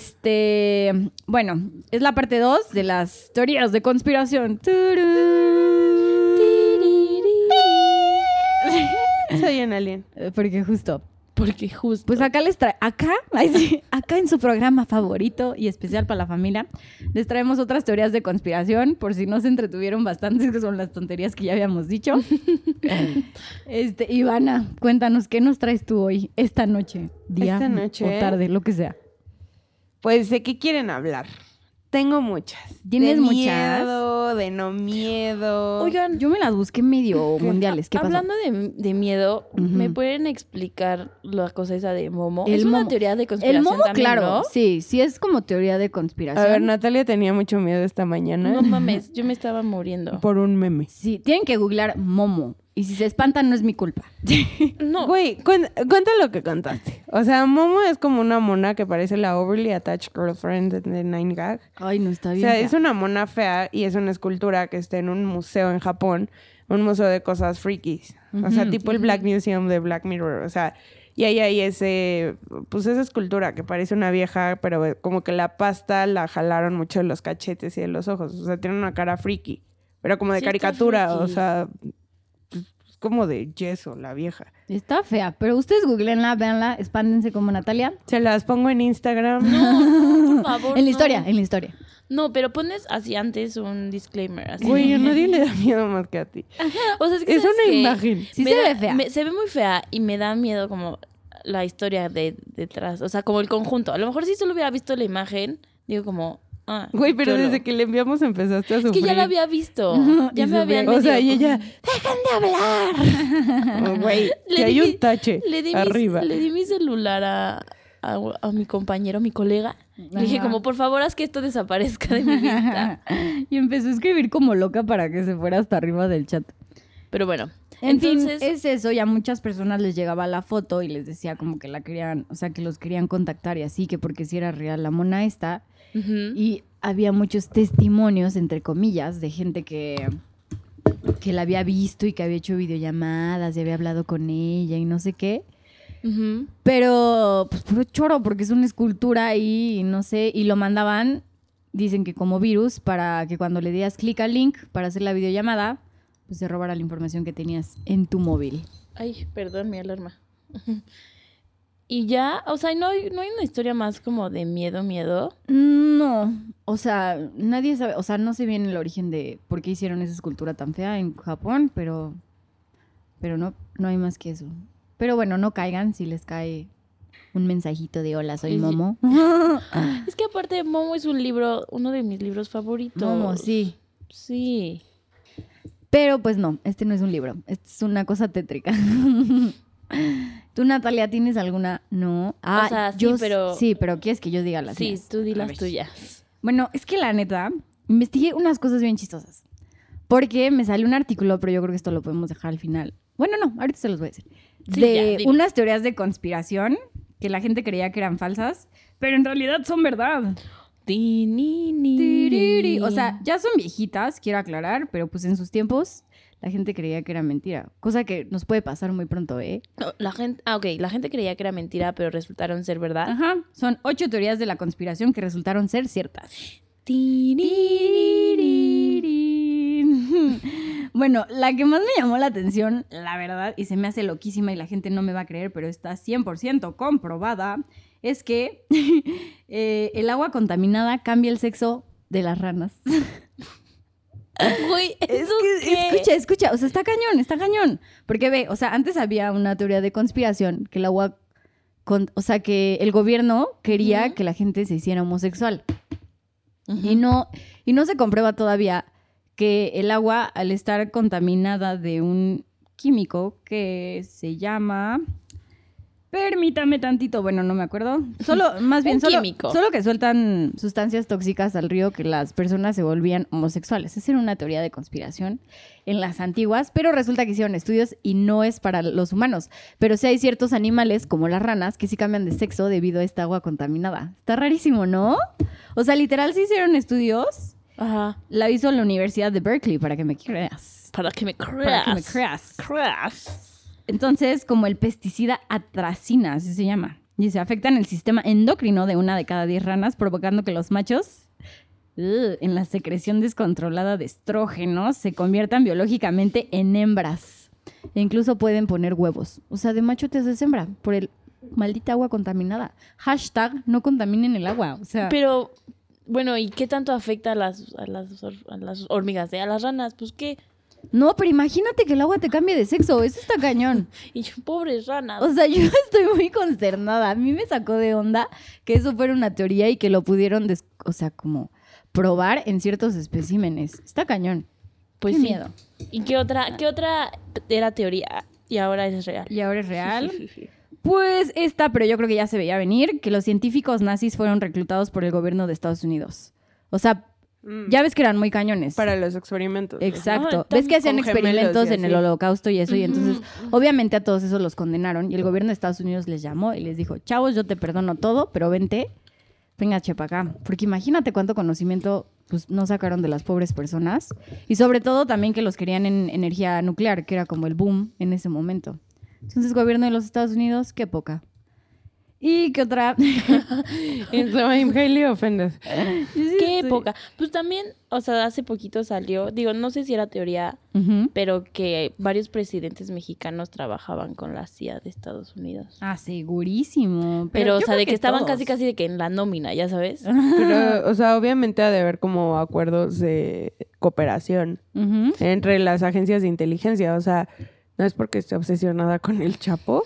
B: Este, bueno, es la parte 2 de las teorías de conspiración. Turú.
D: Soy un alien.
B: Eh, Porque justo,
C: Porque justo.
B: pues acá les trae, acá, ay, sí, acá en su programa favorito y especial para la familia, les traemos otras teorías de conspiración, por si no se entretuvieron bastante, <laughs> que son las tonterías que ya habíamos
D: <laughs>
B: dicho. Este, Ivana, cuéntanos, ¿qué nos traes tú hoy, esta noche, día
D: Esta noche.
B: o tarde, lo que sea?
D: Pues, ¿de qué quieren hablar? Tengo muchas.
B: ¿Tienes
D: de
B: muchas?
D: miedo, de no miedo.
C: Oigan,
B: Yo me las busqué
C: <laughs>
B: medio mundiales. ¿Qué pasó?
C: Hablando de, de miedo,
B: Ujú.
C: ¿me pueden explicar la cosa esa de Momo?
B: El
C: es una
B: Momo.
C: teoría de conspiración
B: El momo,
C: también,
B: claro.
C: ¿no?
B: Sí, sí es como teoría de
D: A ver,
B: conspiración.
D: Natalia tenía mucho miedo esta mañana.
C: No mames, yo me
B: <laughs>
C: estaba muriendo.
D: Por un meme.
B: sí, tienen que googlear momo. Y si se espantan, no es mi
C: <laughs>
B: culpa.
C: No,
D: Güey, cuen- cuenta lo que contaste. O sea, Momo es como una mona que parece la overly attached girlfriend de Nine Gag.
B: Ay, no está
D: O
B: bien.
D: sea,
B: fea.
D: es una mona fea y es una escultura que está en un museo en Japón, un museo de cosas frikis. O sea,
B: Ujú,
D: tipo el Black Museum de Black Mirror. O sea, y ahí hay ese, pues esa escultura que parece una vieja, pero eh, como que la pasta la jalaron mucho de los cachetes y de los ojos. O sea, tiene una cara friki, pero como de
C: Sí está
D: caricatura. O
C: friki.
D: sea, pues, es como de yeso la vieja.
B: Está fea, pero ustedes googleenla, véanla, espándense como Natalia.
D: Se las pongo en Instagram.
C: por favor.
B: en la
C: no.
B: historia, en la
C: <laughs>
B: historia.
C: No, pero pones así antes un disclaimer. Así.
D: Güey, a nadie le da miedo más que a ti.
C: <laughs> O sea, es que
D: Es
C: ¿sabes
D: una
C: qué?
D: imagen.
B: Sí
C: Me
B: se
C: da-
B: ve fea.
C: me- se ve muy fea y me da miedo como la historia de detrás. O sea, como el conjunto. A lo mejor si solo hubiera visto la imagen, digo como. Ah,
D: Güey, pero
C: cholo.
D: desde que le enviamos empezaste a
C: Es
D: sufrir.
C: que ya la había visto.
B: Ujú,
C: Ya
B: y
C: me
B: se
C: habían
B: ve-
D: O sea,
C: medio-
D: y ella, ¡dejen de hablar! Oh, Güey,
C: <laughs> Le
D: que
C: di
D: hay
C: mi-
D: un tache
C: le di,
D: arriba.
C: Mi, le di mi celular a, a- a mi compañero, mi colega. Le dije
B: Ajá.
C: como, por favor, haz que esto desaparezca <laughs> de mi vista.
B: <laughs> y empezó a escribir como loca para que se fuera hasta arriba del chat.
C: Pero bueno,
B: En
C: entonces...
B: fin, es eso, y a muchas personas les llegaba la foto y les decía como que la querían, o sea, que los querían contactar y así, que porque si era real la mona esta.
C: Ujú.
B: Y había muchos testimonios, entre comillas, de gente que, que la había visto y que había hecho videollamadas y había hablado con ella y no sé qué.
C: Ujú.
B: Pero, pues, puro choro, porque es una escultura y no sé, y lo mandaban, dicen que como virus, para que cuando le dieras clic al link para hacer la videollamada, pues se robara la información que tenías en tu móvil.
C: Ay, perdón, mi alarma. <laughs> Y ya, o sea, no hay, no hay una historia más como de miedo, miedo.
B: No, o sea, nadie sabe, o sea, no sé bien el origen de por qué hicieron esa escultura tan fea en Japón, pero, pero no, no hay más que eso. Pero bueno, no caigan si les cae un mensajito de hola, soy
C: Sí, sí.
B: Momo.
C: Es que aparte Momo es un libro, uno de mis libros favoritos.
B: Momo, sí.
C: Sí.
B: Pero pues no, este no es un libro, este es una cosa tétrica. <laughs> ¿Tú, Natalia, tienes alguna? No. Ah,
C: sea, sí,
B: yo s-
C: pero-
B: Sí, pero quieres que yo diga las
C: sí,
B: mías?
C: tú di
B: A
C: las
B: ver.
C: tuyas.
B: Bueno, es que la neta, investigué unas cosas bien chistosas. Porque me salió un artículo, pero yo creo que esto lo podemos dejar al final. Bueno, no, ahorita se los voy a decir.
C: Sí,
B: de
C: ya, dime.
B: unas teorías de conspiración que la gente creía que eran falsas, pero en realidad son verdad.
C: Ti, ni, ni,
B: Tiriri.
C: ni.
B: O sea, ya son viejitas, quiero aclarar, pero pues en sus tiempos la gente creía que era mentira. Cosa que nos puede pasar muy pronto, ¿eh?
C: No, la gente, ah, ok, la gente creía que era mentira, pero resultaron ser verdad.
B: Ajá. Son ocho teorías de la conspiración que resultaron ser ciertas. <laughs> Bueno, la que más me llamó la atención, la verdad, y se me hace loquísima y la gente no me va a creer, pero está 100% comprobada, es que <laughs> eh, el agua contaminada cambia el sexo de las ranas.
C: Güey,
B: <laughs> Es
C: ¿eso
B: que-
C: qué?
B: <laughs> escucha, escucha, o sea, está cañón, está cañón. Porque ve, o sea, antes había una teoría de conspiración que el agua con- o sea, que el gobierno quería que la gente se hiciera homosexual. Y no, y no se comprueba todavía que el agua, al estar contaminada de un químico que se llama. Permítame tantito, bueno, no me acuerdo.
C: <laughs>
B: Solo, más bien,
C: Un
B: solo,
C: químico.
B: solo que sueltan sustancias tóxicas al río que las personas se volvían homosexuales. Esa era una teoría de conspiración en las antiguas, pero resulta que hicieron estudios y no es para los humanos. Pero sí hay ciertos animales, como las ranas, que sí cambian de sexo debido a esta agua contaminada. Está rarísimo, ¿no? O sea, literal sí hicieron estudios.
C: Ajá.
B: La hizo la Universidad de Berkeley, para que me creas.
C: Para que me
B: Para
C: creas.
B: que me creas.
C: Creas.
B: Entonces, como el pesticida atracina, así se llama. Y se afectan el sistema endocrino de una de cada diez ranas, provocando que los machos, ugh, en la secreción descontrolada de estrógenos, se conviertan biológicamente en hembras. E incluso pueden poner huevos. O sea, de macho te haces hembra por el maldita agua contaminada. Hashtag no contaminen el agua. O sea,
C: Pero, bueno, ¿y qué tanto afecta a las, a las, hor- a las hormigas, eh? a las ranas? Pues qué.
B: no, pero imagínate que el agua te cambie de sexo. Eso está cañón.
C: Y yo, pobres ranas.
B: O sea, <laughs> yo estoy muy consternada. A mí me sacó de onda que eso fuera una teoría y que lo pudieron, des- o sea, como probar en ciertos especímenes. Está cañón.
C: pues
B: qué
C: sí.
B: miedo.
C: ¿Y qué otra, qué otra era teoría y ahora es real?
B: ¿Y ahora es real? <laughs> Pues esta, pero yo creo que ya se veía venir, que los científicos nazis fueron reclutados por el gobierno de Estados Unidos. O sea,
D: Mm.
B: ya ves que eran muy cañones.
D: Para los experimentos.
B: Exacto.
C: Ajá,
B: ¿Ves que hacían
D: con gemelos y
B: experimentos en el
D: así.
B: holocausto y eso? Y entonces,
C: Ujú.
B: obviamente a todos esos los condenaron. Y el gobierno de Estados Unidos les llamó y les dijo, chavos, yo te perdono todo, pero vente, venga, chepa acá. Porque imagínate cuánto conocimiento pues, no sacaron de las pobres personas. Y sobre todo también que los querían en energía nuclear, que era como el boom en ese momento. Entonces, gobierno de los Estados Unidos, qué poca. ¿Y qué otra? <laughs>
D: So I'm highly offended.
C: Qué época. Pues también, o sea, hace poquito salió, digo, no sé si era teoría,
B: Ujú.
C: pero que varios presidentes mexicanos trabajaban con la CIA de Estados Unidos.
B: Ah, segurísimo.
C: Pero,
B: yo
C: o sea,
B: creo
C: de que, estaban
B: todos.
C: casi casi de que en la nómina, ya sabes. <laughs>
D: Pero, o sea, obviamente ha de haber como acuerdos de cooperación
B: Ujú.
D: entre las agencias de inteligencia. O sea, no es porque esté obsesionada con el Chapo,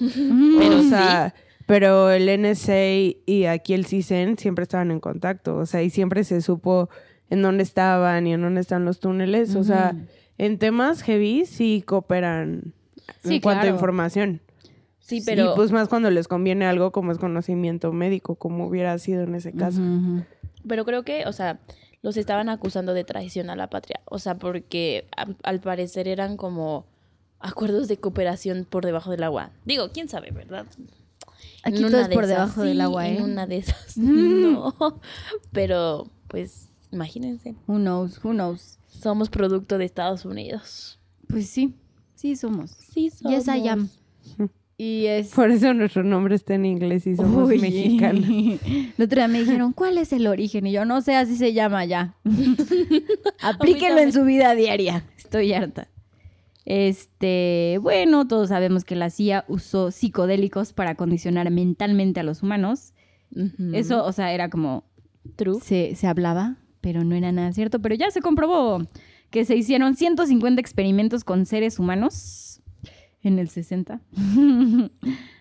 C: Pero
D: o sea, Mm. pero el NSA y aquí el CISEN E siempre estaban en contacto. O sea, y siempre se supo en dónde estaban y en dónde están los túneles. O sea,
B: Ujú.
D: en temas heavy sí cooperan
B: Sí,
D: en cuanto
B: claro.
D: a información.
C: Sí,
D: Y
C: pero
D: pues más cuando les conviene algo como es conocimiento médico, como hubiera sido en ese caso.
B: Ujú, ujú.
C: Pero creo que, o sea, los estaban acusando de traición a la patria. O sea, porque a- al parecer eran como acuerdos de cooperación por debajo del agua. Digo, quién sabe, ¿verdad?
B: Aquí
C: En
B: todo
C: una
B: es
C: de
B: por
C: esas
B: debajo del
C: sí,
B: agua, ¿eh?
C: En una de
B: <laughs>
C: esas
B: Mm.
C: <laughs> no. Pero, pues, imagínense.
B: Who knows, who knows.
C: Somos producto de Estados Unidos.
B: Pues sí, sí somos.
C: Sí, somos.
B: Yes, I am. Y es...
D: Por eso nuestro nombre está en inglés y somos
B: Uy. <laughs>
D: mexicanos.
B: El otro día me dijeron, ¿cuál es el origen? Y yo, no sé, así se llama
C: <laughs>
B: ya. Aplíquenlo en su vida diaria. Estoy harta. Este, bueno, todos sabemos que la CIA usó psicodélicos para condicionar mentalmente a los humanos.
C: Ujú.
B: Eso, o sea, era como
C: True.
B: se, se hablaba, pero no era nada cierto. Pero ya se comprobó que se hicieron 150 experimentos con seres humanos en el 60, <laughs>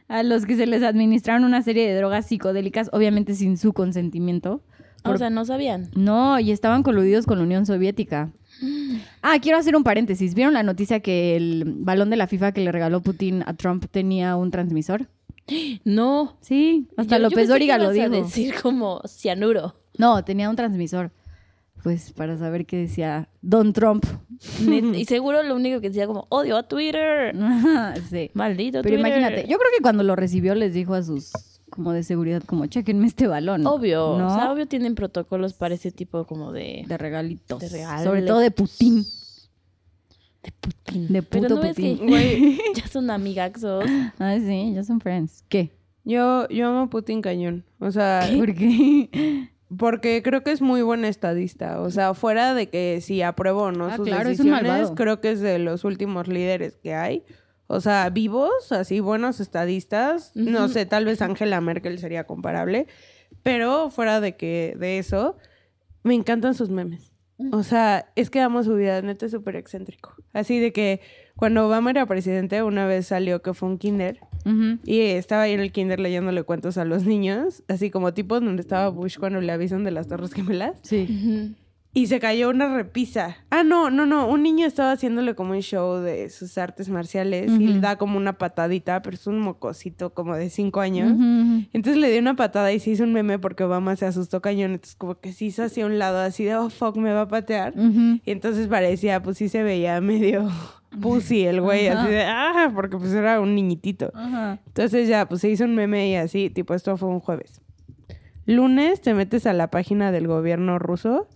B: a los que se les administraron una serie de drogas psicodélicas, obviamente sin su consentimiento.
C: Ah, O sea, no sabían.
B: No, y estaban coludidos con la Unión Soviética.
C: <gasps>
B: Ah, quiero hacer un paréntesis. ¿Vieron la noticia que el balón de la FIFA que le regaló Putin a Trump tenía un transmisor?
C: No.
B: Sí, hasta
C: Yo- yo
B: López
C: pensé que
B: Dóriga lo
C: ibas a
B: dijo.
C: decir como
B: <laughs>
C: cianuro.
B: No, tenía un transmisor. Pues para saber qué decía Don Trump. <laughs>
C: Net- y seguro lo único que decía como odio a Twitter.
B: sí.
C: Maldito
B: Pero
C: Twitter.
B: imagínate, yo creo que cuando lo recibió les dijo a sus como de seguridad, como chequenme este balón.
C: Obvio,
B: ¿No?
C: o sea, obvio tienen protocolos para ese tipo como de...
B: De regalitos.
C: De
B: Sobre todo de Putin.
C: De Putin.
B: De
C: Pero
B: puto
C: no ves
B: Putin.
C: que <laughs> ya
B: <laughs>
C: son amigaxos.
B: Ah, sí, ya son friends. ¿Qué?
D: Yo, yo amo a Putin cañón. O sea,
B: ¿Por qué? <laughs>
D: porque creo que es muy buen estadista. O sea, fuera de que si apruebo o no
B: Ah,
D: sus
B: claro, es un
D: decisiones,
B: malvado.
D: creo que es de los últimos líderes que hay. O sea, vivos, así buenos estadistas. No sé, tal vez Angela Merkel sería comparable. Pero fuera de que de eso, me encantan sus memes. O sea, es que amo su vida, neta es súper excéntrico. Así de que cuando Obama era presidente, una vez salió que fue un kinder
B: Ujú.
D: Y estaba ahí en el kinder leyéndole cuentos a los niños, así como tipo donde estaba Bush cuando le avisan de las Torres Gemelas.
B: Sí.
C: Ujú.
D: Y se cayó una repisa. Ah, no, no, no. Un niño estaba haciéndole como un show de sus artes marciales y
B: Ujú.
D: le da como una patadita, pero es un mocosito como de cinco años.
B: Ujú, ujú.
D: Entonces le dio una patada y se hizo un meme porque Obama se asustó cañón. Entonces como que se hizo hacia un lado así de, oh, fuck, me va a patear.
B: Ujú.
D: Y entonces parecía, pues sí se veía medio <laughs> pussy el güey, así de, ah, porque pues era un niñitito.
B: Ajá.
D: Entonces ya, pues se hizo un meme y así, tipo, esto fue un jueves. Lunes te metes a la página del gobierno ruso.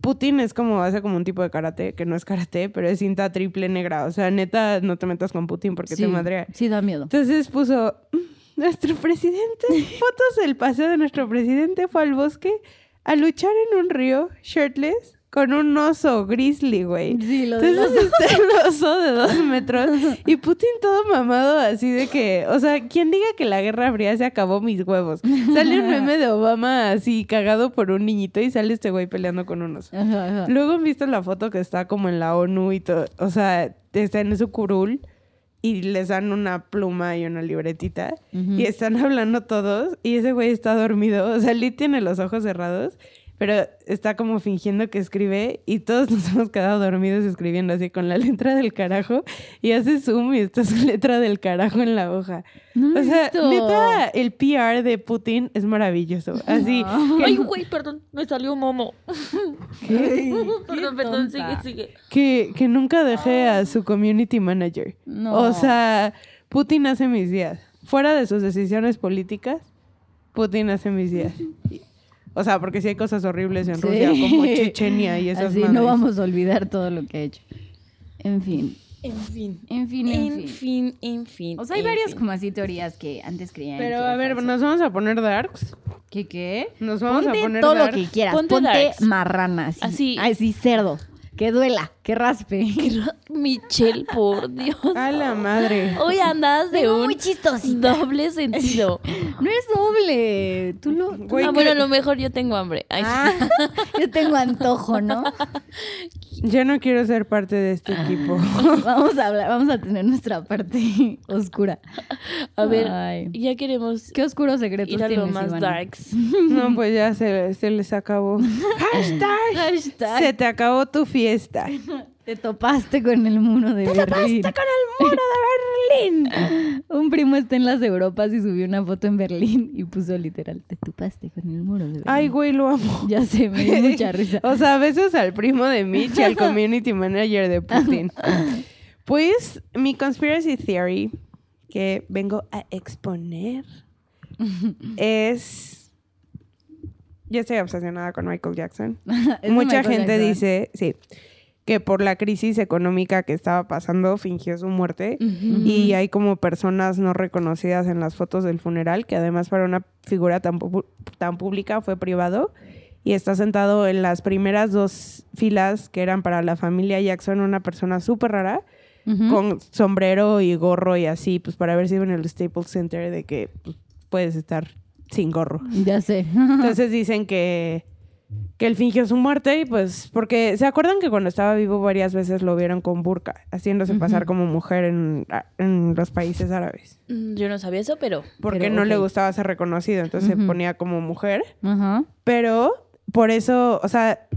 D: Putin es como, hace como un tipo de karate, que no es karate, pero es cinta triple negra. O sea, neta, no te metas con Putin porque
B: sí,
D: te madrea.
B: Sí, da miedo.
D: Entonces puso, "Mm, nuestro presidente, fotos del paseo de nuestro presidente fue al bosque a luchar en un río, shirtless, con un oso grizzly, güey.
B: Sí, lo de
D: Entonces está el oso de dos metros y Putin todo mamado así de que, o sea, quien diga que la guerra fría se acabó mis huevos. Sale un meme de Obama así cagado por un niñito y sale este güey peleando con un oso.
B: Ajá, ajá.
D: Luego han visto la foto que está como en la ONU y todo, o sea, está en su curul y les dan una pluma y una libretita
B: Ujú.
D: y están hablando todos y ese güey está dormido, o sea, Lee tiene los ojos cerrados, pero está como fingiendo que escribe y todos nos <laughs> hemos quedado dormidos escribiendo así con la letra del carajo y hace zoom y está su letra del carajo en la hoja.
B: No lo
D: O
B: he
D: sea,
B: visto.
D: neta, el PR de Putin es maravilloso,
B: <laughs>
D: así. que-
C: Ay, güey, perdón, me salió un momo.
B: Qué
C: <laughs> perdón, perdón, sigue,
B: tonta.
C: sigue.
D: que, que nunca dejé a su community manager.
B: No.
D: O sea, Putin hace mis días. Fuera de sus decisiones políticas, Putin hace mis días. Y- O sea, porque sí hay cosas horribles en
B: Sí. <laughs>
D: Rusia, como Chechenia y esas
B: Así
D: madres.
B: no vamos a olvidar todo lo que ha hecho. En fin,
C: En fin.
B: en fin, en,
C: En
B: fin.
C: fin, en fin.
B: O sea, hay
C: en
B: varias
C: <laughs> fin.
B: como así teorías que antes creían
D: Pero
B: que
D: a
B: era
D: ver,
B: falso.
D: nos vamos a poner darks.
B: ¿Qué qué?
D: Nos vamos
B: ponte
D: a poner
B: todo lo
D: darks.
B: que quieras, ponte,
C: Ponte darks.
B: marrana, así, así,
C: Así.
B: cerdo, que duela, <laughs> que raspe.
C: Michelle, por Dios.
B: <laughs>
D: A la madre.
C: Hoy andas de
B: Vengo
C: un
B: muy chistosita. <laughs>
C: doble sentido.
B: No es doble, tú lo... tú
D: Güey,
C: ah,
D: que-
C: bueno, a lo mejor yo tengo hambre. Ay,
B: Ah, <laughs> yo tengo antojo, <laughs> ¿no?
D: Yo no quiero ser parte de este equipo.
B: <laughs> Vamos a hablar, vamos a tener nuestra parte <laughs> oscura.
C: A ver,
B: Ay.
C: ya queremos
B: ¿Qué oscuros secretos
C: ir a lo
B: tienes,
C: más
B: Ivana?
D: <laughs>
C: darks.
D: No, pues ya se, se
B: <laughs>
D: les acabó. Hashtag.
B: Hashtag,
D: Se te acabó tu fiesta.
B: Te topaste con el muro de Berlín.
D: el muro de Berlín.
B: <laughs> Un primo está en las Europas y subió una foto en Berlín y puso literal, te topaste con el muro de Berlín.
D: Ay, güey, lo amo.
B: Ya sé, me dio mucha risa.
D: O sea, besos al primo de Mitch
B: <laughs>
D: y al community manager de Putin. Pues mi conspiracy theory que vengo a exponer es... Yo estoy obsesionada con Michael Jackson.
B: <laughs> Es
D: <laughs> Mucha
B: Michael
D: gente
B: Jackson.
D: dice, sí, que por la crisis económica que estaba pasando fingió su muerte. <laughs> Y hay como personas no reconocidas en las fotos del funeral, que además para una figura tan, pu- tan pública fue privado. Y está sentado en las primeras dos filas que eran para la familia Jackson, una persona súper rara,
B: Ujú.
D: con sombrero y gorro y así, pues para ver si en el Staples Center de que pues, puedes estar sin gorro.
B: Ya sé. <laughs>
D: Entonces dicen que, que él fingió su muerte y pues porque se acuerdan que cuando estaba vivo varias veces lo vieron con burka, haciéndose pasar como mujer en, en los países árabes,
C: Mm, Yo no sabía eso, pero.
D: porque
B: Pero,
D: no le
B: ok.
D: gustaba ser reconocido, entonces
B: Ujú.
D: se ponía como mujer,
B: Ajá.
D: pero por eso, o sea,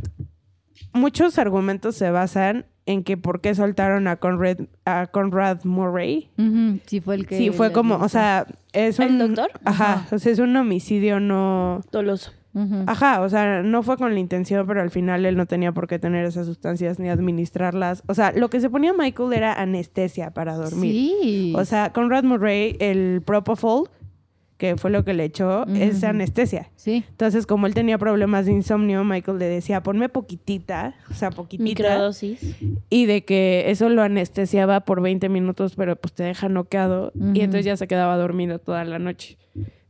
D: muchos argumentos se basan en que por qué soltaron a Conrad, a Conrad Murray.
B: Ujú. Sí fue el que...
D: Sí, fue
B: le
D: como, o
B: hizo.
D: sea, es un...
C: ¿El doctor?
D: Ajá, o sea, es un homicidio no...
C: Doloso.
B: Ujú.
D: Ajá, o sea, no fue con la intención, pero al final él no tenía por qué tener esas sustancias ni administrarlas. O sea, lo que se ponía Michael era anestesia para dormir.
B: Sí.
D: O sea, Conrad Murray, el Propofol, que fue lo que le echó, es
B: Ujú.
D: anestesia.
B: sí.
D: Entonces, como él tenía problemas de insomnio, Michael le decía, ponme poquitita, o sea, poquitita.
C: Microdosis.
D: Y de que eso lo anestesiaba por 20 minutos, pero pues te deja noqueado.
B: Ujú.
D: Y entonces ya se quedaba dormido toda la noche.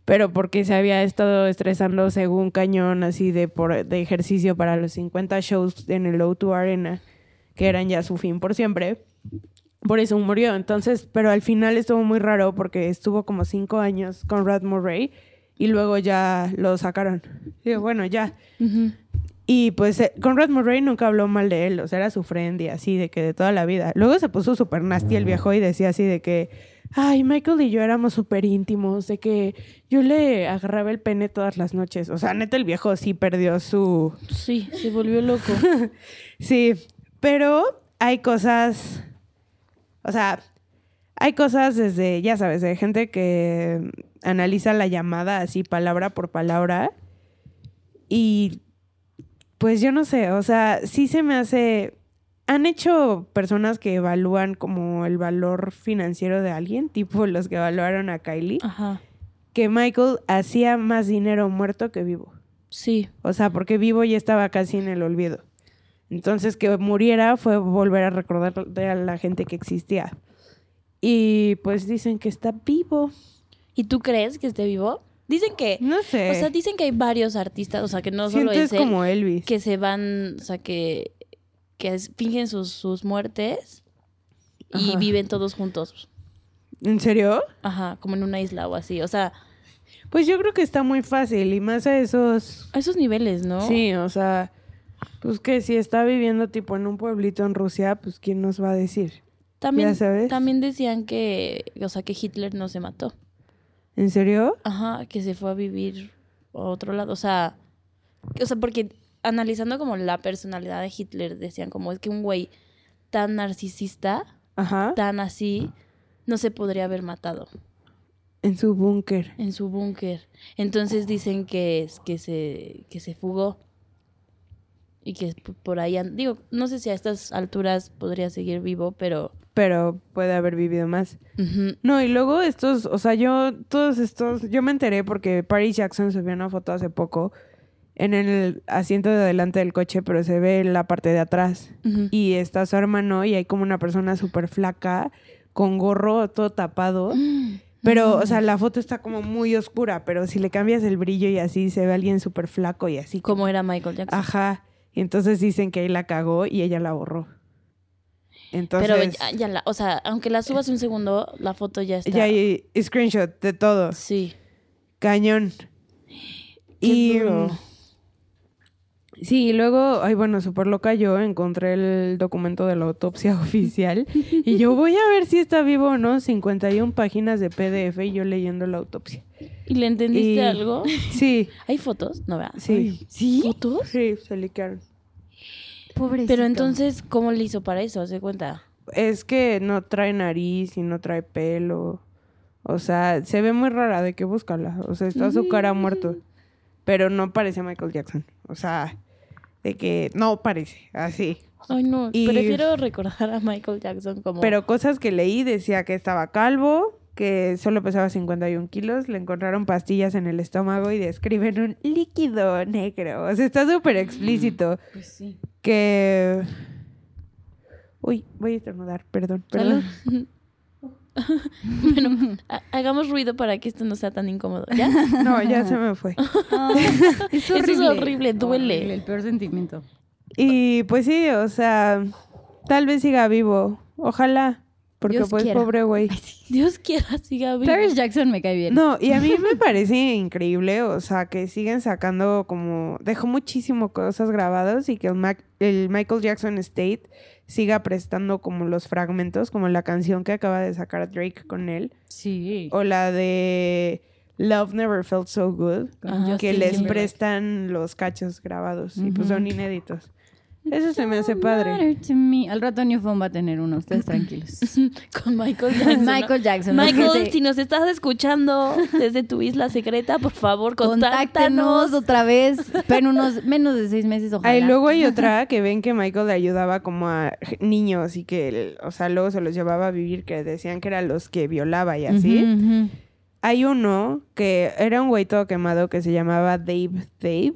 D: Pero porque se había estado estresando según cañón, así de, por, de ejercicio para los 50 shows en el O2 Arena, que eran ya su fin por siempre. Por eso murió. Entonces, pero al final estuvo muy raro porque estuvo como cinco años con Rad Murray y luego ya lo sacaron. Digo, bueno, ya. Y pues eh, Conrad Murray nunca habló mal de él, o sea, era su friend y así, de que de toda la vida. Luego se puso súper nasty el viejo y decía así de que, Ay, Michael y yo éramos súper íntimos, de que yo le agarraba el pene todas las noches. O sea, neta, el viejo sí perdió su...
C: Sí, se volvió
D: <laughs>
C: loco.
D: Sí, pero hay cosas... O sea, hay cosas desde, ya sabes, de gente que analiza la llamada así palabra por palabra. Y pues yo no sé, o sea, sí se me hace... ¿Han hecho personas que evalúan como el valor financiero de alguien, tipo los que evaluaron a Kylie,
C: Ajá.
D: que Michael hacía más dinero muerto que vivo?
C: Sí.
D: O sea, porque vivo ya estaba casi en el olvido. Entonces, que muriera fue volver a recordar a la gente que existía. Y pues dicen que está vivo.
C: ¿Y tú crees que esté vivo? Dicen que.
D: No sé.
C: O sea, dicen que hay varios artistas, o sea, que no solo es
D: Sientes
C: él,
D: como Elvis.
C: que se van, o sea, que, que es- fingen sus, sus muertes y
D: Ajá.
C: viven todos juntos.
D: ¿En serio?
C: Ajá, como en una isla o así. O sea,
D: Pues yo creo que está muy fácil y más a esos
C: a esos niveles, ¿no?
D: Sí, o sea, pues que si está viviendo tipo en un pueblito en Rusia, pues quién nos va a decir.
C: También,
D: ya sabes.
C: también decían que, o sea, que Hitler no se mató.
D: ¿En serio?
C: Ajá, que se fue a vivir a otro lado. O sea, o sea, porque analizando como la personalidad de Hitler, decían como es que un güey tan narcisista,
D: Ajá.
C: tan así, no se podría haber matado
D: En su búnker.
C: en su búnker. Entonces dicen que, es, que, se, que se fugó. Y que p- por ahí, an- digo, no sé si a estas alturas podría seguir vivo, pero...
D: Pero puede haber vivido más.
C: ujú,
D: No, y luego estos, o sea, yo, todos estos, yo me enteré porque Paris Jackson subió una foto hace poco en el asiento de adelante del coche, pero se ve la parte de atrás.
C: ujú.
D: Y está su hermano y hay como una persona súper flaca, con gorro todo tapado. Pero, o sea, la foto está como muy oscura, pero si le cambias el brillo y así se ve alguien súper flaco y así.
C: Como era Michael Jackson.
D: Ajá. Y entonces dicen que ahí la cagó y ella la borró. Entonces,
C: Pero ya, ya la, o sea, aunque la subas un segundo, la foto ya está.
D: ya hay screenshot de todo.
C: Sí.
D: Cañón.
C: Qué
D: y
C: duro.
D: mm, sí, y luego, ay, bueno, súper loca yo encontré el documento de la autopsia <laughs> oficial y yo voy a ver si está vivo o no, 51 páginas de PDF y yo leyendo la autopsia.
C: ¿Y le entendiste
D: Y-
C: algo? <laughs>
D: Sí,
C: ¿Hay fotos? No, ¿verdad?
D: sí. ¿Sí?
C: ¿Fotos?
D: Sí, se liquearon.
B: Pobrecito.
C: Pero <laughs> entonces, ¿cómo le hizo para eso? ¿Se cuenta?
D: Es que no trae nariz y no trae pelo. O sea, se ve muy rara de que búscala. O sea, está su cara muerto. Pero no parece Michael Jackson. O sea, de que no parece así.
C: Ay, no.
D: Y-
C: Prefiero recordar a Michael Jackson como...
D: Pero cosas que leí decía que estaba calvo, que solo pesaba 51 kilos, le encontraron pastillas en el estómago y describen un líquido negro. O sea, está súper explícito.
B: Mm. Pues sí.
D: Que... Uy, voy a estornudar, perdón, perdón.
C: Salud. bueno, ha- hagamos ruido para que esto no sea tan incómodo, ¿ya?
D: No, ya se me fue.
B: es
C: Eso es
B: horrible.
C: horrible, duele.
B: Horrible, el peor sentimiento.
D: Y pues sí, o sea, tal vez siga vivo. Ojalá. Porque
B: Dios
D: pues
B: quiera.
D: pobre güey.
C: Dios quiera, siga vivo.
B: Paris Jackson me cae bien.
D: No, y a mí me parece increíble, o sea, que siguen sacando como... Dejó muchísimo cosas grabadas y que el, Mac- el Michael Jackson State siga prestando como los fragmentos, como la canción que acaba de sacar Drake con él,
B: Sí.
D: o la de Love Never Felt So Good,
B: Con
D: que
B: Justin
D: les
B: Timberlake.
D: prestan los cachos grabados y
B: Ujú. Ah,
D: pues son inéditos. Eso se me hace
B: Don't
D: padre.
B: matter to me. Al rato New Phone va a tener uno,
D: <laughs>
B: ustedes tranquilos.
C: Con Michael Jackson. ¿no?
B: <laughs> Michael Jackson.
C: Michael,
B: Sí.
C: si nos estás escuchando desde tu isla secreta, por favor, contáctanos.
B: contáctenos otra vez, pero unos menos de seis meses, ojalá.
D: Ahí Ah,
B: <laughs>
D: luego hay otra que ven que Michael le ayudaba como a niños y que, el- o sea, luego se los llevaba a vivir, que decían que eran los que violaba y así.
B: Ujú, ujú.
D: Hay uno que era un güey todo quemado que se llamaba Dave Dave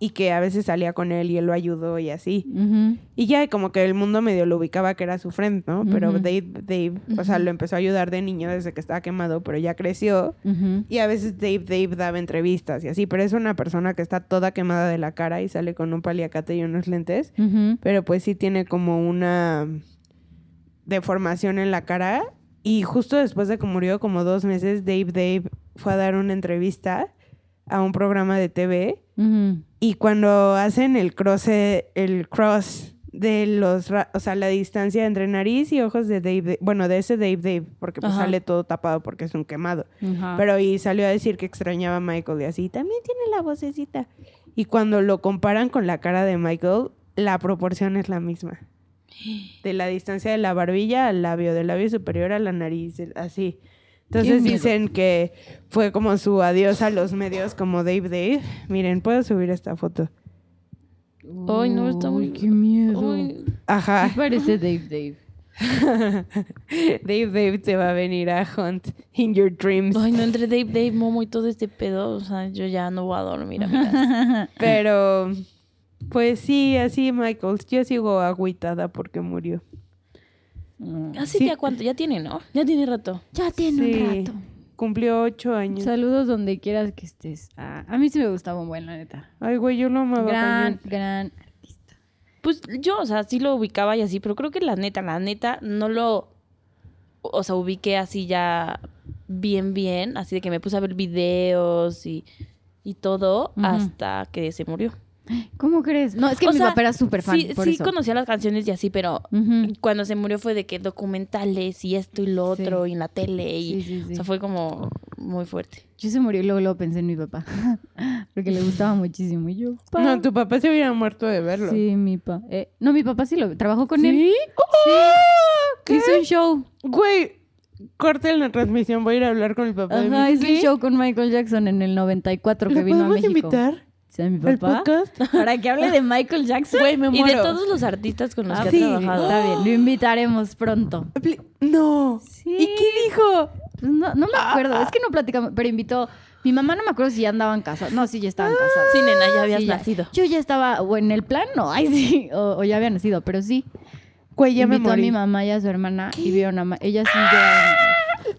D: y que a veces salía con él y él lo ayudó y así.
B: Ujú.
D: Y ya como que el mundo medio lo ubicaba que era su friend, ¿no? Pero
B: Ujú.
D: Dave Dave, o sea, lo empezó a ayudar de niño desde que estaba quemado, pero ya creció.
B: Ujú.
D: Y a veces Dave Dave daba entrevistas y así, pero es una persona que está toda quemada de la cara y sale con un paliacate y unos lentes.
B: Ujú.
D: pero pues sí tiene como una deformación en la cara. Y justo después de que murió, como dos meses, Dave Dave fue a dar una entrevista a un programa de TV.
B: Ujú.
D: Y cuando hacen el cross, el cross de los, ra- o sea, la distancia entre nariz y ojos de Dave, Dave- bueno, de ese Dave Dave, porque pues
C: Ajá.
D: sale todo tapado porque es un quemado.
B: Ajá.
D: Pero y salió a decir que extrañaba a Michael y así, también tiene la vocecita. Y cuando lo comparan con la cara de Michael, la proporción es la misma. De la distancia de la barbilla al labio, del labio superior a la nariz, el- así. Entonces
B: miedo.
D: dicen que fue como su adiós a los medios como Dave Dave. Miren, puedo subir esta foto.
C: Ay, no, está muy-
B: Ay, qué miedo.
C: Uy,
D: Ajá.
B: Sí parece Dave Dave.
D: <laughs> Dave Dave te va a venir a hunt in your dreams.
C: ay, no, entre Dave,
B: <laughs>
C: Dave, Momo y todo este pedo, o sea, yo ya no voy a dormir, amigas.
B: <laughs>
D: Pero, pues sí, así Michael. Yo sigo agüitada porque murió.
C: Hace
D: Sí.
C: ya cuánto, ya tiene, ¿no? Ya tiene rato.
B: Ya tiene
D: Sí.
B: un rato.
D: Cumplió ocho años.
B: Saludos donde quieras que estés. Ah, a mí sí me gustaba un buen, la neta.
D: Ay, güey, yo lo amaba.
B: Gran,
D: cañón.
B: gran artista.
C: Pues yo, o sea, sí lo ubicaba y así, pero creo que la neta, la neta, no lo, o sea, ubiqué así ya bien, bien, así de que me puse a ver videos y, y todo
B: Ujú.
C: hasta que se murió.
B: ¿Cómo crees? No, es que
C: O
B: mi
C: sea,
B: papá era súper fan.
C: Sí,
B: por
C: sí
B: eso.
C: conocía las canciones y así, pero
B: Ujú.
C: cuando se murió fue de que documentales y esto y lo
B: Sí.
C: otro y en la tele
B: Sí,
C: y,
B: sí, sí.
C: o sea, fue como muy fuerte.
B: Yo se murió y luego, luego pensé en mi papá. <laughs> Porque le gustaba muchísimo. Y
D: <laughs>
B: yo, pa.
D: No, tu papá se hubiera muerto de verlo.
B: Sí, mi papá. no, mi papá sí lo trabajó con él.
D: ¿Sí? ¡Oh!
B: Sí.
D: ¿Qué?
B: Hizo un show.
D: Güey, corten la transmisión. Voy a ir a hablar con el papá. de
B: Ajá,
D: mi-
B: hizo un
D: ¿Qué?
B: show con Michael Jackson en el 94 que
D: ¿Lo
B: vino a
D: podemos
B: México.
D: invitar
B: Sí, a mi
D: al
B: papá.
D: podcast?
B: Para que hable de Michael Jackson.
D: Güey, me
C: Y
D: muero.
C: de
D: Oh.
C: todos los artistas con los
B: Ah,
C: que
B: sí,
C: ha trabajado.
B: está bien. Lo invitaremos pronto.
D: Pli- No.
B: Sí.
D: ¿Y qué dijo?
B: Pues no, no me
D: Ah.
B: acuerdo. Es que no platicamos. Pero invitó. Mi mamá no me acuerdo si ya andaban casados. No, sí, ya estaban
D: Ah.
B: casados.
C: Sí, nena, ya habías
B: Sí, ya.
C: nacido.
B: Yo ya estaba o en el plan, no, ay <laughs> sí, o, o ya había nacido, pero sí.
D: Güey, ya me
B: Invitó a
D: morí.
B: mi mamá y a su hermana y vieron a ma- ella sí ya-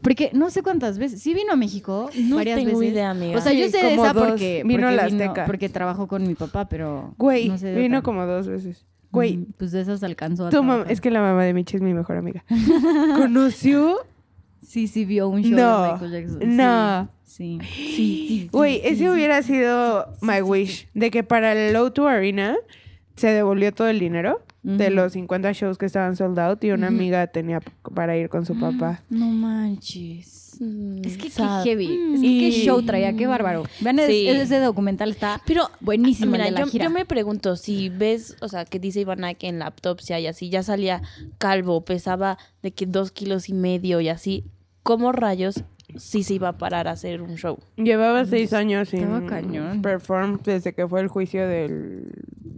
B: porque no sé cuántas veces, sí vino a México
C: No
B: varias
C: tengo
B: veces.
C: idea, amiga.
B: O sea, yo
D: Sí,
B: sé de
D: como
B: esa
D: dos.
B: porque
D: Vino a
B: porque
D: la Azteca.
B: porque trabajó con mi papá, pero
D: Güey,
B: no sé de
D: vino
B: otra.
D: como dos veces. Güey,
B: Ujú, pues de esas alcanzó a
D: tu mamá,
B: trabajar.
D: es que la mamá de Michi es mi mejor
B: <laughs>
D: amiga. Conoció
B: sí sí vio un show de
D: No,
B: Michael Jackson. Sí,
D: no.
B: Sí. Sí, sí, sí,
D: Güey,
B: sí,
D: ese
B: sí.
D: hubiera sido my wish. De que para el O2 Arena se devolvió todo el dinero de
B: Ujú.
D: los 50 shows que estaban sold out y una
B: Ujú.
D: amiga tenía p- para ir con su papá.
B: No manches.
C: Mm,
B: Es que qué heavy. Es que
D: Y-
B: qué show traía, qué bárbaro. Vean, es-
C: Sí.
B: es- ese documental está
C: Pero
B: buenísimo. el
C: Mira,
B: de la
C: yo,
B: gira.
C: yo me pregunto si ves, o sea, que dice Ivana que en la autopsia y así ya salía calvo, pesaba de que dos kilos y medio y así, ¿cómo rayos sí se iba a parar a hacer un show?
D: Llevaba seis años
B: Estaba
D: sin
B: cañón.
D: perform desde que fue el juicio de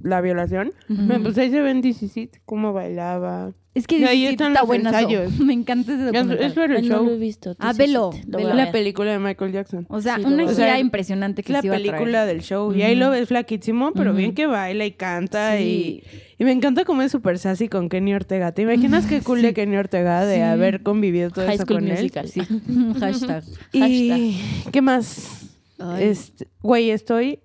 D: la violación. Me puse ahí se ven 17, cómo bailaba.
B: Es que
D: Y ahí
B: dice, sí,
D: están
B: está
D: los
B: buenazo.
D: ensayos.
B: <laughs> Me encanta ese
D: Es-
B: documental.
D: Eso era el
C: Ay, no
D: show.
C: lo he visto. tú
B: Ah,
C: sí,
B: velo,
C: sí, lo
B: velo.
C: voy a
D: La
C: ver.
D: película de Michael Jackson.
B: o sea,
C: Sí, lo
B: una
C: voy a
B: gira
D: ver. O sea,
B: impresionante
D: Es
B: que
D: la
B: se iba a traer.
D: película del show. Y ahí lo ves flaquísimo, pero
B: Ujú.
D: bien que baila y canta.
B: Sí.
D: Y, y me encanta cómo es súper sassy con Kenny Ortega. ¿Te imaginas
B: <laughs>
D: qué cool de Kenny Ortega de
B: Sí.
D: haber convivido todo
C: High
D: eso
C: School
D: con
C: Musical.
D: él?
B: <laughs> Hashtag.
D: Y qué más.
B: Ay.
D: Este, güey, estoy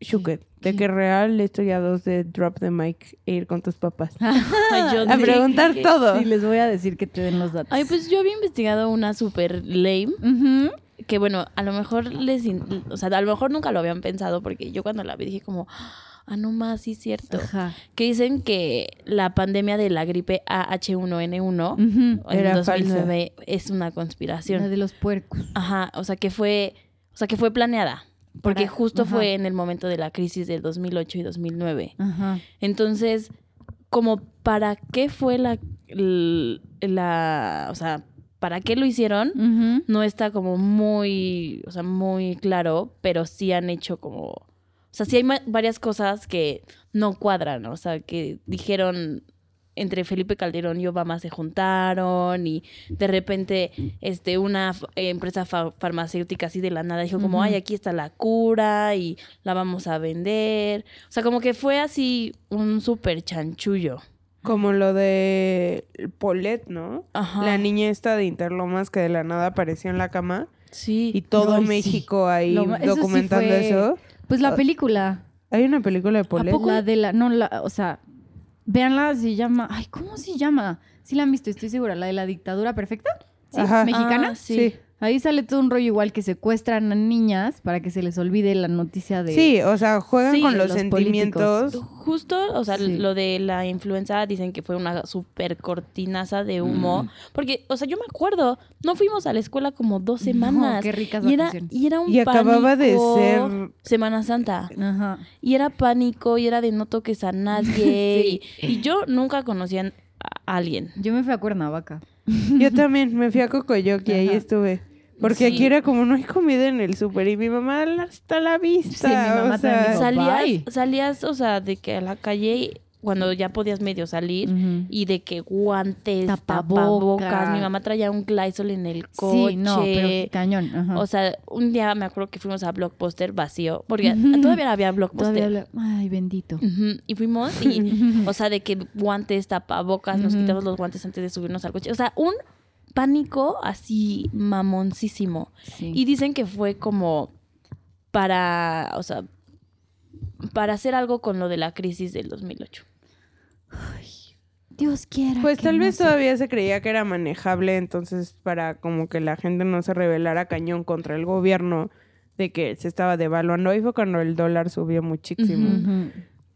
D: shooked. De que real estoy a dos de drop the mic e ir con tus papás.
B: Ah.
C: Ay, yo
D: <laughs> a
C: sí.
D: preguntar todo.
B: Sí, les voy a decir que te den los datos.
C: Ay, pues yo había investigado una super lame
B: Ujú.
C: que bueno, a lo mejor les, in- o sea, a lo mejor nunca lo habían pensado porque yo cuando la vi dije como, ah, no más, sí es cierto.
B: Ajá.
C: Que dicen que la pandemia de la gripe AH1N1
B: Ujú.
C: en
D: Era
C: 2009 es una conspiración.
B: La de los puercos.
C: Ajá, o sea que fue, o sea que fue planeada, porque
B: Para-
C: justo
B: ajá.
C: fue en el momento de la crisis del 2008 y 2009.
B: Ajá.
C: Entonces, como para qué fue la, l- la o sea, para qué lo hicieron,
B: Ujú.
C: no está como muy, o sea, muy claro, pero sí han hecho como, o sea, sí hay ma- varias cosas que no cuadran, o sea, que dijeron entre Felipe Calderón y Obama se juntaron y de repente este una f- eh, empresa fa- farmacéutica así de la nada dijo como,
B: Ujú.
C: "Ay, aquí está la cura y la vamos a vender." O sea, como que fue así un súper chanchullo.
D: Como lo de Paulette, ¿no?
C: Ajá.
B: Ah.
D: La niña esta de Interlomas que de la nada apareció en la cama.
C: sí.
D: Y todo
B: Ay, sí.
D: México Ah. ahí
B: Lo ma- eso sí
D: documentando
B: fue-
D: eso.
B: Pues la película.
D: Hay una película de Paulette.
B: La de la, no, la, o sea, véanla, se llama, ay, ¿cómo se llama? Sí la han visto, estoy segura, la de la dictadura perfecta, ¿sí?
D: Ajá.
B: ¿Mexicana?
C: Ah,
D: Sí.
C: Sí.
B: Ahí sale todo un rollo igual que secuestran a niñas para que se les olvide la noticia de...
D: Sí, o sea, juegan
C: Sí,
D: con los,
B: los
D: sentimientos.
C: Justo, o sea,
B: Sí.
C: lo de la influenza dicen que fue una super cortinaza de
B: Mm.
C: humo. Porque, o sea, yo me acuerdo, no fuimos a la escuela como dos
B: No,
C: semanas.
B: qué ricas
C: y, era,
B: vacaciones.
C: y era un
D: Y acababa de
C: pánico
D: ser-
C: Semana Santa.
B: Ajá.
C: Y era pánico, y era de no toques a
B: <laughs>
C: nadie. y, y yo nunca conocía a a alguien.
B: Yo me fui a Cuernavaca.
D: Yo también me fui a Cocoyoc y ahí
B: Ajá.
D: estuve. Porque
C: Sí.
D: aquí era como no hay comida en el súper y mi mamá hasta la
B: Sí,
D: vista.
B: mi mamá
D: o sea,
B: también.
C: Salías,
B: Oh, bye.
C: salías, o sea, de que a la calle, cuando ya podías medio salir,
B: Ujú.
C: y de que guantes,
B: Mm. Tapabocas.
C: tapabocas. Mi mamá traía un Lysol en el coche.
B: Sí, no, pero cañón. Ajá.
C: O sea, un día me acuerdo que fuimos a Blockbuster vacío, porque todavía
B: Todavía
C: había Blockbuster.
B: habla- Ay, bendito.
C: Ujú, Y fuimos y, o sea, de que guantes, tapabocas, nos
B: Ujú.
C: quitamos los guantes antes de subirnos al coche. O sea, un pánico así mamoncísimo.
B: Sí.
C: Y dicen que fue como para, o sea, para hacer algo con lo de la crisis del 2008.
B: Dios quiera.
D: Pues
B: que
D: tal
B: no
D: vez
B: se-
D: todavía se creía que era manejable, entonces para como que la gente no se rebelara cañón contra el gobierno de que se estaba devaluando. Ahí fue cuando el dólar subió muchísimo.
B: Ujú.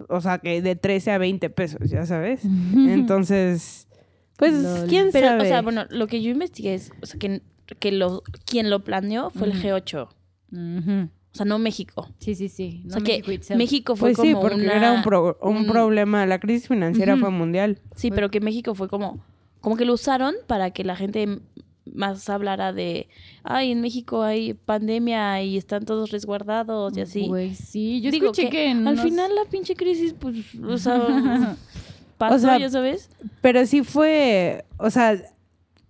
D: O sea, que de 13 a 20 pesos, ya sabes.
B: Ujú.
D: Entonces, pues
B: Lol.
D: quién
C: Pero,
D: sabe.
C: o sea, bueno, lo que yo investigué es o sea, que, que lo, quien lo planeó fue el
B: Ujú.
C: G8.
B: Ujú.
C: O sea, no México.
B: Sí, sí, sí.
C: O
B: No
C: sea, que
B: México
C: México,
B: itself.
C: fue
D: pues
C: como
D: sí, porque
C: una-
D: era un, pro- un
C: un-
D: problema. La crisis financiera
C: Ujú.
D: fue mundial.
C: Sí,
B: Pues
C: pero que México fue como... Como que lo usaron para que la gente más hablara de... Ay, en México hay pandemia y están todos resguardados y así.
B: Güey, sí. Yo
C: Digo
B: escuché que, en
C: al
B: unos-
C: final la pinche crisis, pues,
B: <laughs>
C: o sea, pasó,
D: O sea,
C: ya sabes.
D: Pero sí fue, o sea,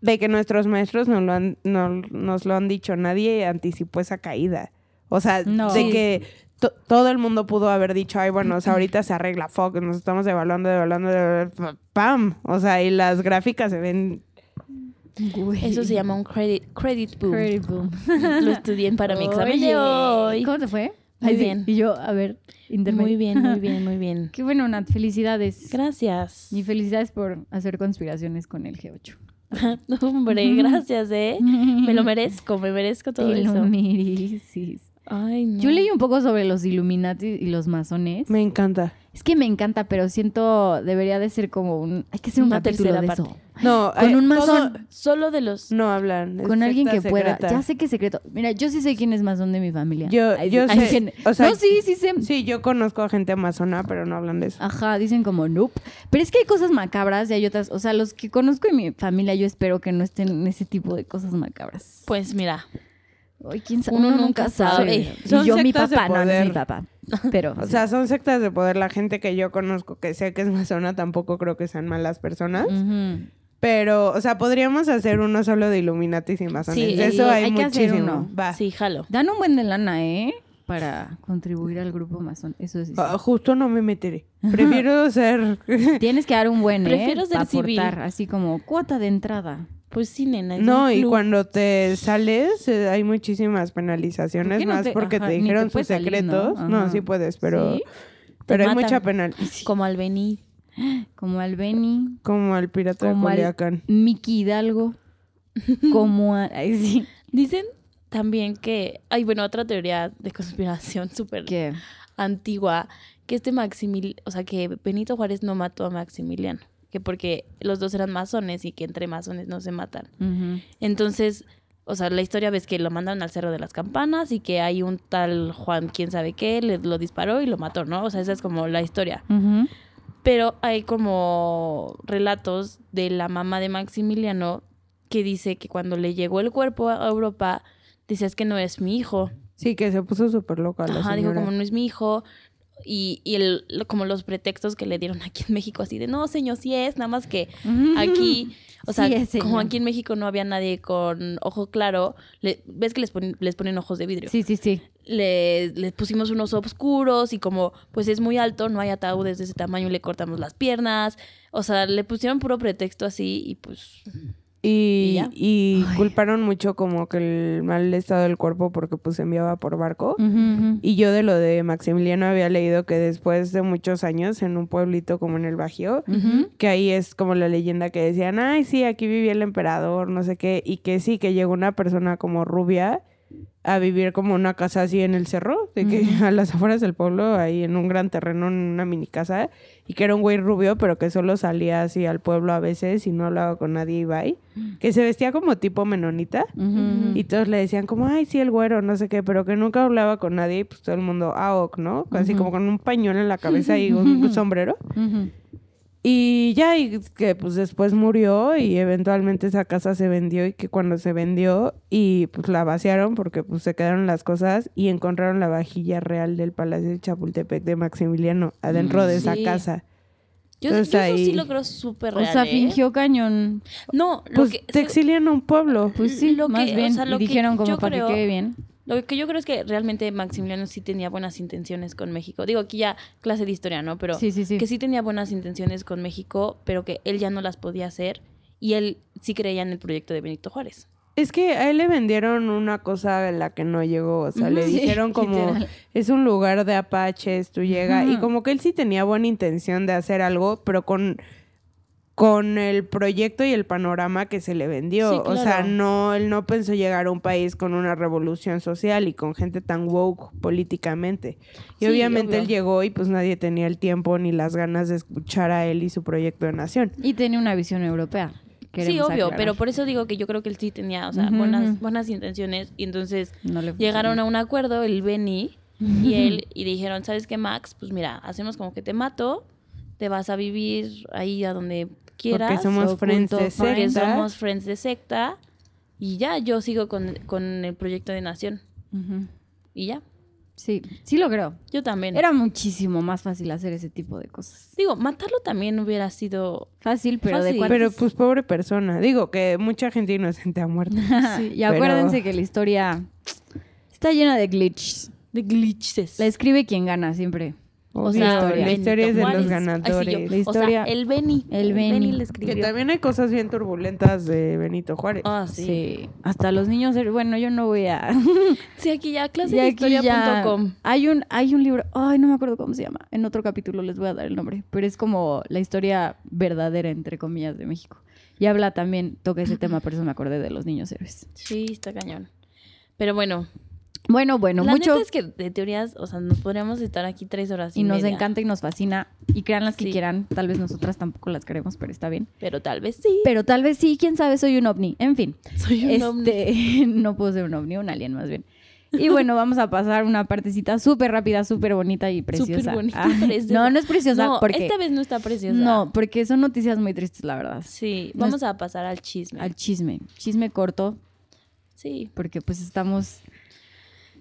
D: de que nuestros maestros no lo han, no, nos lo han dicho, nadie anticipó esa caída. O sea,
B: No.
D: de
B: Sí.
D: que to- todo el mundo pudo haber dicho, ay, bueno, o sea, ahorita se arregla, fuck, nos estamos devaluando, devaluando, devaluando, pam. O sea, y las gráficas se ven
B: Güey.
C: Eso se llama un credit, credit boom.
B: Credit boom.
C: <laughs> Lo estudié para mi examen
B: Oye,
C: de hoy.
B: ¿Cómo te fue?
C: Muy
B: Ay, sí.
C: bien.
B: Y yo, a ver, intermedio.
C: Muy bien, muy bien, muy
B: <laughs>
C: bien.
B: Qué bueno, Nat. Felicidades.
C: Gracias. <laughs>
B: Y felicidades por hacer conspiraciones con el G8.
C: No, Hombre, gracias, ¿eh? <laughs> Me lo
B: <laughs>
C: merezco, me merezco todo eso.
B: Ilumirisis.
C: Ay, no.
B: Yo leí un poco sobre los Illuminati y los masones.
D: Me encanta.
B: Es que me encanta, pero siento debería de ser como un... Hay que hacer un
C: Una
B: capítulo
C: tercera
B: de
C: parte.
B: eso.
D: No,
B: Con
D: eh,
B: un
D: todo-
B: masón.
C: Solo de los...
D: No hablan. es
B: Con alguien que
D: secta
B: pueda.
D: secreta.
B: Ya sé que secreto. Mira, yo sí sé quién es masón de mi familia.
D: Yo-
B: Ay,
D: yo
B: ay,
D: sé,
B: quién-
D: o sea-
B: no, sí, sí sé.
D: Sí, yo conozco a gente amazona, pero no hablan de eso.
B: Ajá, dicen como nope. Pero es que hay cosas macabras y hay otras. O sea, los que conozco en mi familia, yo espero que no estén en ese tipo de cosas macabras.
C: Pues mira,
B: Ay, quién sa-
C: uno
B: uno,
C: nunca
B: nunca sabe.
C: sabe.
B: Y
D: Son
B: yo, mi
D: sectas de
B: papá, no, no es mi
D: poder.
B: papá. Pero.
D: O sea, son sectas de poder. La gente que yo conozco que sé que es masona tampoco creo que sean malas personas.
B: ujú.
D: Pero, o sea, podríamos hacer uno solo de Illuminatis y masones.
C: Sí,
D: De eso
B: eh,
D: hay,
B: hay que hacer
D: muchísimo.
B: uno.
D: Va.
C: sí, jalo.
B: Dan un buen de lana, ¿eh? Para contribuir al grupo masón. Eso sí.
D: Ah, justo no me meteré. Prefiero ser.
B: <laughs> Tienes <laughs> que dar un buen, ¿eh?
C: Prefiero ser
B: Pa'
C: civil.
B: aportar, así como cuota de entrada.
C: Pues sí, nena. es
D: no,
C: un
D: y
C: club.
D: cuando te sales eh, hay muchísimas
B: ¿Por
D: penalizaciones
B: qué no
D: más
B: te-
D: porque
B: ajá,
D: te
B: ni te
D: dijeron sus
B: puedes salir,
D: secretos.
B: ¿no?
D: ¿no?
B: Ajá.
D: sí puedes, pero,
C: ¿Sí?
D: pero
C: Te
D: hay
C: matan.
B: <laughs>
D: mucha penal.
C: Como al venir.
B: Como al Beni,
D: Como el pirata
B: como
D: de
B: al
D: Culiacán.
B: Miki Hidalgo, como a. Ay, sí.
C: Dicen también que... Ay, bueno, otra teoría de conspiración <laughs> súper
B: ¿Qué?
C: antigua, que este Maximiliano... O sea, que Benito Juárez no mató a Maximiliano. Que porque los dos eran masones y que entre masones no se matan.
B: Ujú.
C: Entonces, o sea, la historia ves que lo mandaron al Cerro de las Campanas y que hay un tal Juan, quién sabe qué, le, lo disparó y lo mató, ¿no? O sea, esa es como la historia.
B: Ujú.
C: Pero hay como relatos de la mamá de Maximiliano que dice que cuando le llegó el cuerpo a Europa, dice, es que no es mi hijo.
D: Sí, que se puso súper loca la
C: Ajá, dijo
D: señora.
C: como no es mi hijo. Y, y el- lo- como los pretextos que le dieron aquí en México, así de, no, señor, sí es, nada más que aquí, o sea,
B: Sí es, señor.
C: como aquí en México no había nadie con ojo claro, le- ves que les ponen, les ponen ojos de vidrio.
B: Sí, sí, sí.
C: Le- les pusimos unos oscuros y como pues es muy alto, no hay ataúdes de ese tamaño, le cortamos las piernas. O sea, le pusieron puro pretexto así y pues ¿Y
D: Y,
C: ya?
D: y
B: Ay.
D: culparon mucho como que el mal estado del cuerpo porque pues enviaba por barco.
B: Ujú, ujú.
D: Y yo de lo de Maximiliano había leído que después de muchos años en un pueblito como en el Bajío,
B: Ujú.
D: que ahí es como la leyenda que decían, ay, sí, aquí vivía el emperador, no sé qué, y que sí, que llegó una persona como rubia a vivir como una casa así en el cerro, de que
B: Ujú.
D: a las afueras del pueblo, ahí en un gran terreno, en una mini casa, y que era un güey rubio, pero que solo salía así al pueblo a veces y no hablaba con nadie y bye, que se vestía como tipo menonita.
B: Ujú.
D: Y todos le decían como, ay, sí, el güero, no sé qué, pero que nunca hablaba con nadie, y pues todo el mundo, ah, ok, ¿no? Así
B: Ujú.
D: como con un pañuelo en la cabeza y un sombrero.
B: Ujú.
D: Y ya, y que pues después murió y eventualmente esa casa se vendió y que cuando se vendió y pues la vaciaron porque pues se quedaron las cosas y encontraron la vajilla real del Palacio de Chapultepec de Maximiliano adentro de esa
C: Sí.
D: casa.
C: Yo, yo
D: Entonces
C: eso sí
D: ahí-
C: lo creo súper
B: O
C: real.
B: sea,
C: ¿eh?
B: fingió cañón.
C: No, lo
D: Pues
C: que.
D: te exilian a un pueblo.
B: Pues sí,
C: Lo que-
B: más
C: o
B: bien.
C: sea, lo
B: y
C: que
B: dijeron como
C: yo
B: para
C: creo-
B: que quede bien.
C: Lo que yo creo es que realmente Maximiliano sí tenía buenas intenciones con México. Digo, aquí ya clase de historia, ¿no? Pero
B: sí, sí, sí.
C: que sí tenía buenas intenciones con México, pero que él ya no las podía hacer y él sí creía en el proyecto de Benito Juárez.
D: Es que a él le vendieron una cosa a la que no llegó, o sea, le
B: Ujú. Sí,
D: dijeron como
B: literal.
D: es un lugar de apaches, tú llega y
B: Ujú.
D: como que él sí tenía buena intención de hacer algo, pero con con el proyecto y el panorama que se le vendió,
C: Sí,
D: o sea,
C: claro.
D: no él no pensó llegar a un país con una revolución social y con gente tan woke políticamente. Y
C: Sí,
D: obviamente
C: obvio.
D: él llegó y pues nadie tenía el tiempo ni las ganas de escuchar a él y su proyecto de nación.
B: Y tenía una visión europea.
C: sí,
B: queremos
C: obvio,
B: aclarar.
C: pero por eso digo que yo creo que él sí tenía, o sea,
B: Ujú,
C: buenas,
B: ujú.
C: buenas intenciones y entonces
B: No le
C: llegaron
B: funcionó.
C: a un acuerdo, el Benny y él, y dijeron, ¿sabes qué, Max? Pues mira, hacemos como que te mato, te vas a vivir ahí a donde quieras.
D: Porque somos friends de
B: oculto,
C: porque
D: secta.
C: somos friends de secta y ya yo sigo con, con el proyecto de nación
B: Ujú.
C: y ya
B: Sí, sí lo creo.
C: yo también
B: Era muchísimo más fácil hacer ese tipo de cosas.
C: digo matarlo también hubiera sido
B: Fácil, pero de
C: Fácil.
B: cuántas- <laughs>
D: Pero pues pobre persona. Digo que mucha gente inocente ha muerto.
B: Sí, y acuérdense que la historia está llena de glitches.
C: de glitches
B: La escribe quien gana siempre.
D: O sea,
B: historia.
D: la historia es de los
B: yo.
D: ganadores.
B: La historia-
C: o sea, el Benny
B: El Benny.
C: le
D: que
C: escribió
D: también hay cosas bien turbulentas de Benito Juárez.
C: ah
B: Sí.
C: sí
B: Hasta los niños. Bueno, yo no voy a.
C: sí aquí ya clase
B: Y
C: de
B: aquí ya-
C: historia.com
B: Hay un, hay un libro, ay, no me acuerdo cómo se llama. En otro capítulo les voy a dar el nombre, pero es como la historia verdadera, entre comillas, de México. Y habla también, toca ese tema, por eso me acordé de los niños héroes.
C: sí está cañón pero bueno
B: Bueno, bueno,
C: la
B: mucho.
C: neta es que de teorías o sea nos podríamos estar aquí tres horas y,
B: Y nos
C: media,
B: encanta y nos fascina. Y crean las que
C: Sí.
B: quieran. Tal vez nosotras tampoco las queremos, pero está bien.
C: pero tal vez sí
B: <laughs> Pero tal vez sí, quién sabe, soy un ovni. En fin.
C: soy un hombre
B: Este, <laughs> no puedo ser un ovni, un alien más bien. Y bueno, vamos a pasar una partecita súper rápida, súper bonita y preciosa.
C: súper bonito
B: Ay, No, no es preciosa
C: no,
B: porque
C: esta vez no está preciosa
B: no, porque son noticias muy tristes, la verdad.
C: Sí,
B: No es-
C: vamos a pasar al chisme.
B: Al chisme, chisme corto,
C: Sí.
B: porque pues estamos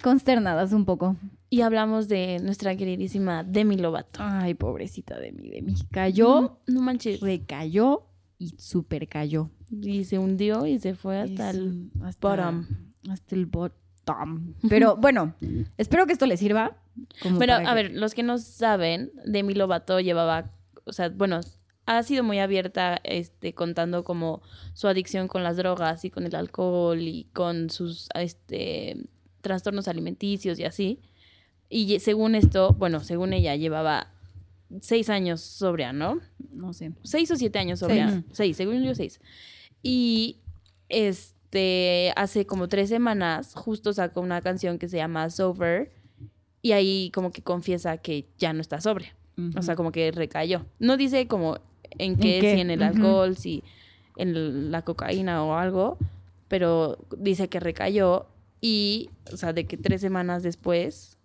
B: consternadas un poco.
C: Y hablamos de nuestra queridísima Demi Lovato.
B: Ay, pobrecita de mí, de mí. Cayó,
C: No manches.
B: recayó y super cayó.
C: Y se hundió y se fue hasta
B: Es
C: el...
B: un- hasta-
C: bottom.
B: Hasta el bottom.
C: <laughs>
B: Pero bueno, espero que esto le sirva. como
C: Pero,
B: para
C: a
B: que-
C: ver, los que no saben, Demi Lovato llevaba... O sea, bueno, ha sido muy abierta este, contando como su adicción con las drogas y con el alcohol y con sus este, trastornos alimenticios y así. Y ye- según esto, bueno, según ella llevaba seis años sobria, ¿no?
B: No sé.
C: seis o siete años sobre
B: Seis.
C: seis. según yo seis. Y este hace como tres semanas justo sacó una canción que se llama Sober y ahí como que confiesa que ya no está sobria. O sea, como que recayó. No dice como en qué,
B: qué?
C: si en el
B: Ujú.
C: alcohol, si en la cocaína o algo, pero dice que recayó y, o sea, de que tres semanas después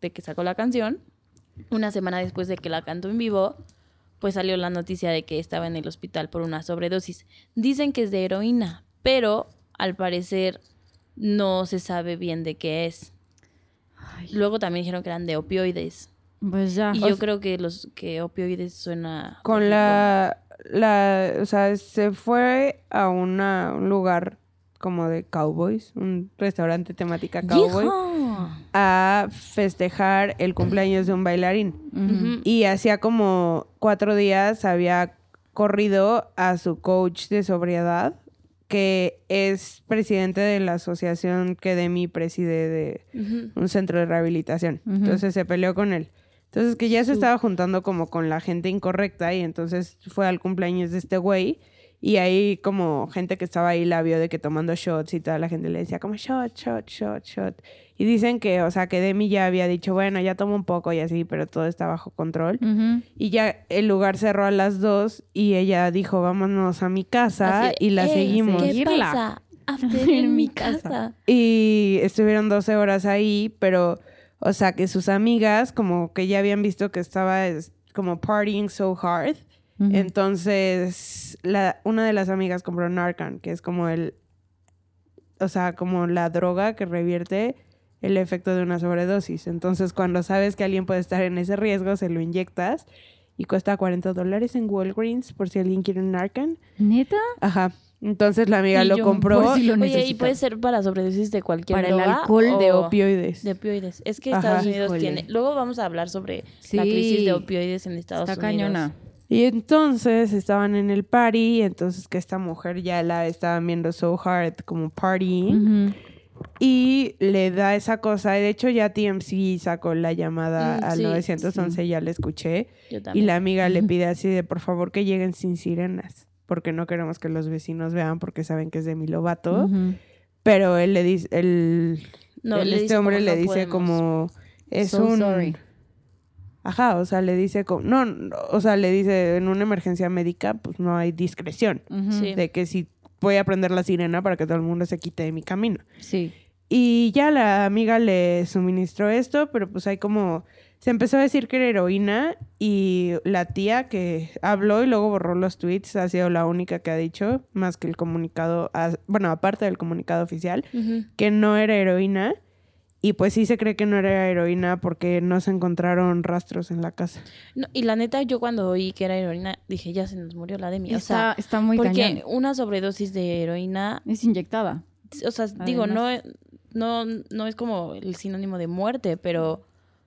C: de que sacó la canción, una semana después de que la cantó en vivo, pues salió la noticia de que estaba en el hospital por una sobredosis. Dicen que es de heroína, pero al parecer no se sabe bien de qué es.
B: Ay,
C: Luego también dijeron que eran de opioides.
B: pues ya.
C: Y
B: O
C: yo
B: sea,
C: creo que los que opioides suena
D: Con la, la, o sea, se fue a una, un lugar como de cowboys, un restaurante temática cowboy,
C: Hija.
D: a festejar el cumpleaños de un bailarín.
B: ujú.
D: Y hacía como cuatro días había corrido a su coach de sobriedad que es presidente de la asociación que Demi preside de
C: Ujú.
D: un centro de rehabilitación.
B: Ujú.
D: Entonces se peleó con él. Entonces que ya
C: Su-
D: se estaba juntando como con la gente incorrecta y entonces fue al cumpleaños de este güey y ahí como gente que estaba ahí la vio de que tomando shots y toda la gente le decía como shot, shot, shot, shot. Y dicen que, o sea, que Demi ya había dicho, bueno, ya tomo un poco y así, pero todo está bajo control.
B: Ujú.
D: Y ya el lugar cerró a las dos y ella dijo, vámonos a mi casa
C: Así de,
D: y la
C: "Ey,
D: seguimos.
C: ¿Qué
B: Seguirla.
C: pasa?
B: <laughs>
C: After en mi casa.
D: Y estuvieron 12 horas ahí, pero, o sea, que sus amigas como que ya habían visto que estaba es, como partying so hard.
B: Ujú.
D: Entonces, la, una de las amigas compró Narcan, que es como el, o sea, como la droga que revierte el efecto de una sobredosis. Entonces, cuando sabes que alguien puede estar en ese riesgo, se lo inyectas y cuesta 40 dólares en Walgreens por si alguien quiere un Narcan.
B: ¿Neta?
D: Ajá. Entonces la amiga
B: Ah. Y
D: lo
B: yo, pues,
D: compró
B: por si lo
C: Oye, y
B: necesito.
C: puede ser para sobredosis de cualquier
B: Para el
C: droga
B: alcohol
D: de
C: o
D: opioides.
C: De opioides. Es que
D: Ajá.
C: Estados Unidos
B: Híjole.
C: tiene. Luego vamos a hablar sobre
B: Sí.
C: la crisis de opioides en Estados
B: Está
C: Unidos.
B: cañona.
D: Y entonces estaban en el party, y entonces que esta mujer ya la estaban viendo so hard como partying.
B: Ujú.
D: Y le da esa cosa. y De hecho, ya TMC sacó la llamada
C: Mm,
D: al
C: sí,
D: 911, ya la escuché.
C: Yo
D: Y
C: también.
D: la amiga le pide así de por favor que lleguen sin sirenas, porque no queremos que los vecinos vean porque saben que es de mi lobato.
B: Ujú.
D: Pero él le dice, el,
C: No,
D: el-
C: le
D: este
C: dice
D: hombre
C: como,
D: le
C: "No
D: dice
C: podemos".
D: como es
B: So
D: un
B: sorry.
D: Ajá, o sea, le dice como, no, no, o sea, le dice en una emergencia médica, pues no hay discreción.
B: Ujú.
C: Sí.
D: De que si voy a prender la sirena para que todo el mundo se quite de mi camino.
B: Sí.
D: Y ya la amiga le suministró esto, pero pues hay como. Se empezó a decir que era heroína y la tía que habló y luego borró los tweets ha sido la única que ha dicho, más que el comunicado, a- bueno, aparte del comunicado oficial,
C: Ujú.
D: que no era heroína. Y pues sí se cree que no era heroína porque no se encontraron rastros en la casa.
C: No, y la neta, yo cuando oí que era heroína, dije, ya se nos murió la de mí. O
B: Está,
C: sea,
B: está muy
C: porque
B: cañón.
C: una sobredosis de heroína,
B: Es inyectada.
C: o sea, digo, no, no, no es como el sinónimo de muerte, pero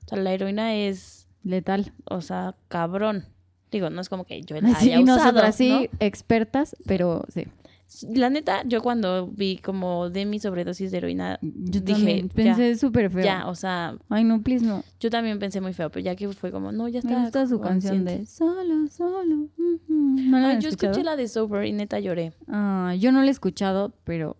C: o sea, la heroína es,
B: Letal.
C: o sea, cabrón. Digo, no es como que yo la
B: <laughs> Sí,
C: haya usado,
B: nosotras
C: ¿no?
B: sí, expertas, pero sí.
C: La neta, yo cuando vi como de mi sobredosis de heroína,
B: Yo
C: Dije,
B: dije,
C: ya,
B: pensé súper feo.
C: ya, o sea,
B: Ay, no, please, no.
C: yo también pensé muy feo, pero ya que fue como, no, ya está.
B: Me gusta su canción de Solo, solo. ujú. ¿No la
C: Ay,
B: han
C: yo
B: escuchado?
C: escuché la de Sober y neta lloré.
B: Ah, yo no la he escuchado, pero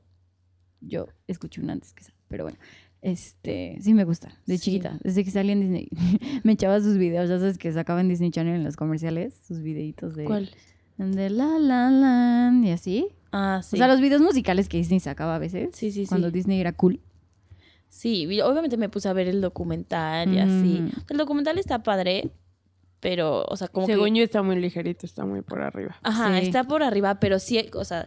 B: yo escuché una antes que esa. Pero bueno, este, sí me gusta, de
C: Sí.
B: chiquita, desde que salí en Disney. <laughs> me echaba sus videos, ya sabes que sacaban Disney Channel en los comerciales, sus videitos de...
C: ¿Cuál?
B: De La La Land y así.
C: Ah,
B: O
C: sí.
B: sea, los videos musicales que Disney sacaba a veces.
C: Sí, sí, sí.
B: Cuando Disney era cool.
C: Sí, y obviamente me puse a ver el documental y así.
B: Mm.
C: El documental está padre, pero, o sea, como que... Ah,
D: yo está muy ligerito, está muy por arriba.
C: Ajá,
B: Sí.
C: está por arriba, pero sí, o sea,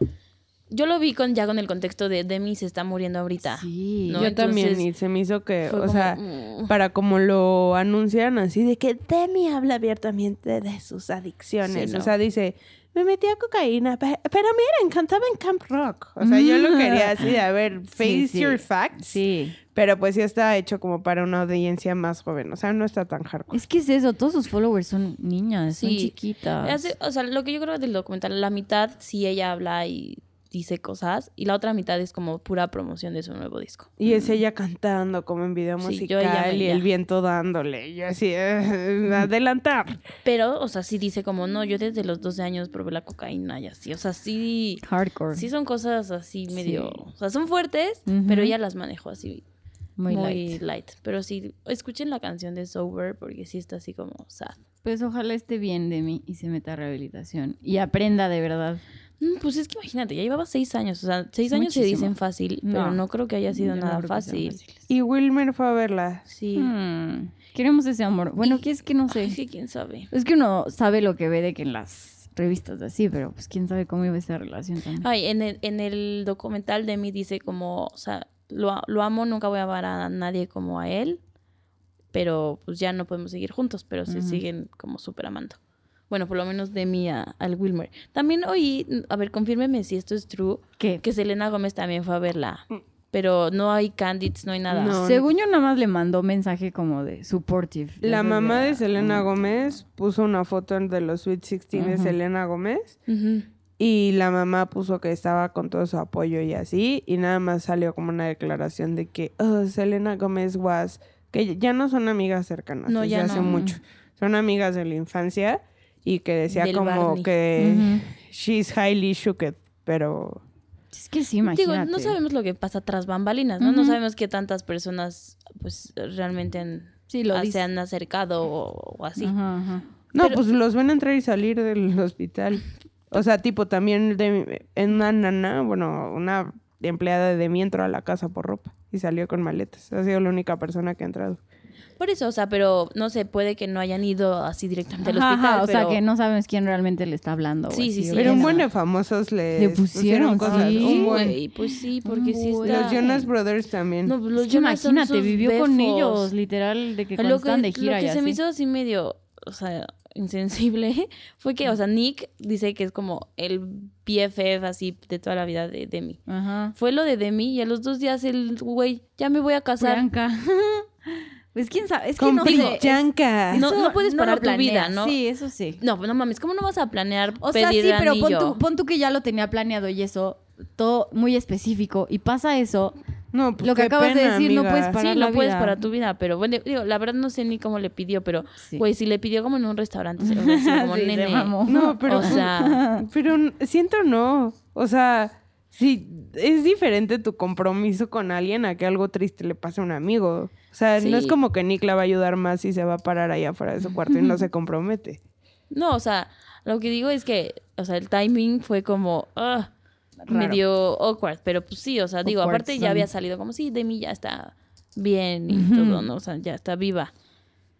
C: yo lo vi con ya con el contexto de Demi se está muriendo ahorita.
B: Sí.
C: No,
D: yo
C: entonces,
D: también, y se me hizo que,
C: Fue
D: o
C: como,
D: sea,
C: mm.
D: para como lo anuncian así de que Demi habla abiertamente de sus adicciones.
C: Sí, no.
D: O sea, dice, me metí a cocaína, pe- pero miren, cantaba en Camp Rock. O sea, yo lo quería así de, a ver,
C: <laughs>
D: face
B: Sí, sí.
D: your facts.
B: Sí.
D: Pero pues sí está hecho como para una audiencia más joven. O sea, no está tan hardcore.
B: Es que es eso, todos sus followers son niñas, son
C: Sí.
B: chiquitas.
C: Hace- o sea, lo que yo creo del documental, la mitad sí ella habla y dice cosas, y la otra mitad es como pura promoción de su nuevo disco.
D: Y es ella cantando como en video
C: Sí, yo
D: musical
C: ella me-
D: y
C: ya.
D: el viento dándole. Y yo así, <laughs> "Eh, adelantar.
C: Pero, o sea, sí dice como, no, yo desde los 12 años probé la cocaína y así. O sea, sí,
B: Hardcore.
C: sí son cosas así medio,
B: Sí.
C: o sea, son fuertes,
B: Ujú.
C: pero ella las manejó así
B: muy,
C: muy,
B: light.
C: light. Pero sí, escuchen la canción de Sober porque sí está así como sad.
B: Pues ojalá esté bien de mí y se meta a rehabilitación y aprenda de verdad.
C: Mm, Pues es que imagínate, ya llevaba seis años, o sea,
B: Es
C: seis años
B: muchísimo.
C: se dicen fácil,
B: No.
C: pero no creo que haya
B: Yo
C: sido
B: no
C: nada
B: creo que sean
C: fácil.
B: fáciles.
D: Y Wilmer fue a verla.
C: Sí.
B: Hmm, Queremos ese amor. Bueno, que es que no sé.
C: Ay, sí, quién sabe.
B: Es que uno sabe lo que ve de que en las revistas de así, pero pues quién sabe cómo iba esa relación también.
C: Ay, en el, en el documental de mí dice como, o sea, lo, a- lo amo, nunca voy a amar a nadie como a él, pero pues ya no podemos seguir juntos, pero se
B: Ujú.
C: siguen como súper amando. Bueno, por lo menos de mí a- al Wilmer. También oí, a ver, confírmeme si esto es true,
B: ¿Qué?
C: que Selena Gómez también fue a verla,
B: Mm.
C: pero no hay candidates, no hay nada.
D: No.
B: Según yo, nada más le mandó mensaje como de supportive. ya
D: La
B: sabes,
D: mamá de
B: ah,
D: Selena
B: ah.
D: Gómez puso una foto de los Sweet 16 de
B: Ujú.
D: Selena Gómez
C: Ujú.
D: Y la mamá puso que estaba con todo su apoyo y así. Y nada más salió como una declaración de que "Oh, Selena Gómez was. Que ya no son amigas cercanas.
C: No,
D: desde
C: ya
D: hace
C: no.
D: mucho. Son amigas de la infancia. Y que decía
C: Del
D: como
C: Barney.
D: que.
B: Ujú.
D: She's highly shooked. Pero.
B: Es que sí,
C: Digo,
B: imagínate.
C: no sabemos lo que pasa tras bambalinas, ¿no? No
B: Ujú.
C: sabemos qué tantas personas, pues, realmente han-
B: Sí, lo
C: ah, se
B: dice.
C: han acercado o, o así.
B: Ajá, ajá.
D: No,
C: Pero-
D: pues los ven entrar y salir del <laughs> hospital. O sea, tipo también de, en una nana, bueno, una empleada de mi entró a la casa por ropa y salió con maletas. Ha sido la única persona que ha entrado.
C: Por eso, o sea, pero no sé, puede que no hayan ido así directamente al
B: Ajá,
C: hospital.
B: ajá, o sea
C: pero-
B: que no sabemos quién realmente le está hablando. o
C: Sí, sí,
B: así,
C: sí.
B: o
D: Pero un
B: quién
D: buen
B: sabe.
D: de famosos les
B: Le pusieron,
D: cosas.
B: sí.
D: Un buen.
C: güey, pues sí, porque
B: Un
C: sí
B: buen.
C: está.
D: Los Jonas Brothers también.
C: No, los
B: Es que
C: Jonas son
B: imagínate,
C: sus
B: vivió con
C: befos.
B: ellos, literal, de que cuando
C: lo que,
B: estaban de gira
C: lo
B: y
C: que se
B: así.
C: me hizo así medio, o sea, insensible, <laughs> fue que, o sea, Nick dice que es como el BFF así de toda la vida de Demi.
B: Ajá.
C: Fue lo de Demi y a los dos días el güey, ya me voy a casar.
B: Blanca. <laughs> pues quién sabe, es que
D: con
B: no
D: Pink
B: sé. es-
D: Yanka.
C: No,
B: eso
C: no puedes
B: lo
C: parar tu vida,
B: planeas,
C: ¿no?
B: Sí, eso sí.
C: No, pues no mames, ¿cómo no vas a planear
B: O sea,
C: pedir
B: sí, pero pon
C: anillo?
B: tú, pon tú que ya lo tenía planeado y eso, todo muy específico, y pasa eso,
D: No, pues
B: lo que
D: qué
B: acabas de
D: pena,
B: decir, no
D: amiga.
B: puedes parar
C: sí,
B: la
C: no puedes
B: vida.
C: para tu vida, pero bueno, digo, la verdad no sé ni cómo le pidió, pero
B: Sí.
C: güey, si le pidió como en un restaurante, se ve así
B: <laughs>
C: como
B: Sí, se
C: nene.
B: mamó.
D: No, pero.
B: <laughs>
C: O sea-
D: <laughs> Pero n- siento no. O sea, sí, es diferente tu compromiso con alguien a que algo triste le pase a un amigo. O sea, no es
C: Sí.
D: como que Nick la va a ayudar más si se va a parar allá afuera de su cuarto y no se compromete.
C: No, o sea, lo que digo es que, o sea, el timing fue como ah,
B: Raro.
C: medio awkward, pero pues sí, o sea, digo,
B: Awkward
C: aparte ya
B: son.
C: había salido como sí, Demi ya está bien y todo, ¿no? O sea, ya está viva.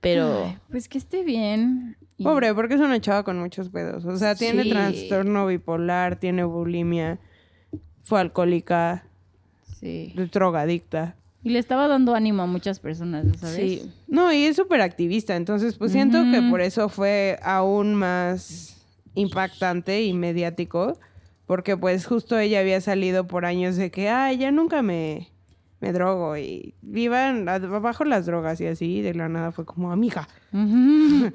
C: Pero
B: Pues que esté bien. y-
D: Pobre, porque es una chava con muchos pedos. O sea, tiene
C: Sí.
D: trastorno bipolar, tiene bulimia, fue alcohólica,
B: Sí.
D: drogadicta.
B: Y le estaba dando ánimo a muchas personas, ¿no ¿sabes?
C: sí,
D: No, y es súper activista, entonces pues siento que
B: Ujú.
D: por eso fue aún más impactante y mediático, porque pues justo ella había salido por años de que, ay, ya nunca me, me drogo y vivan ad- abajo las drogas y así, y de la nada fue como, amiga,
B: Ujú.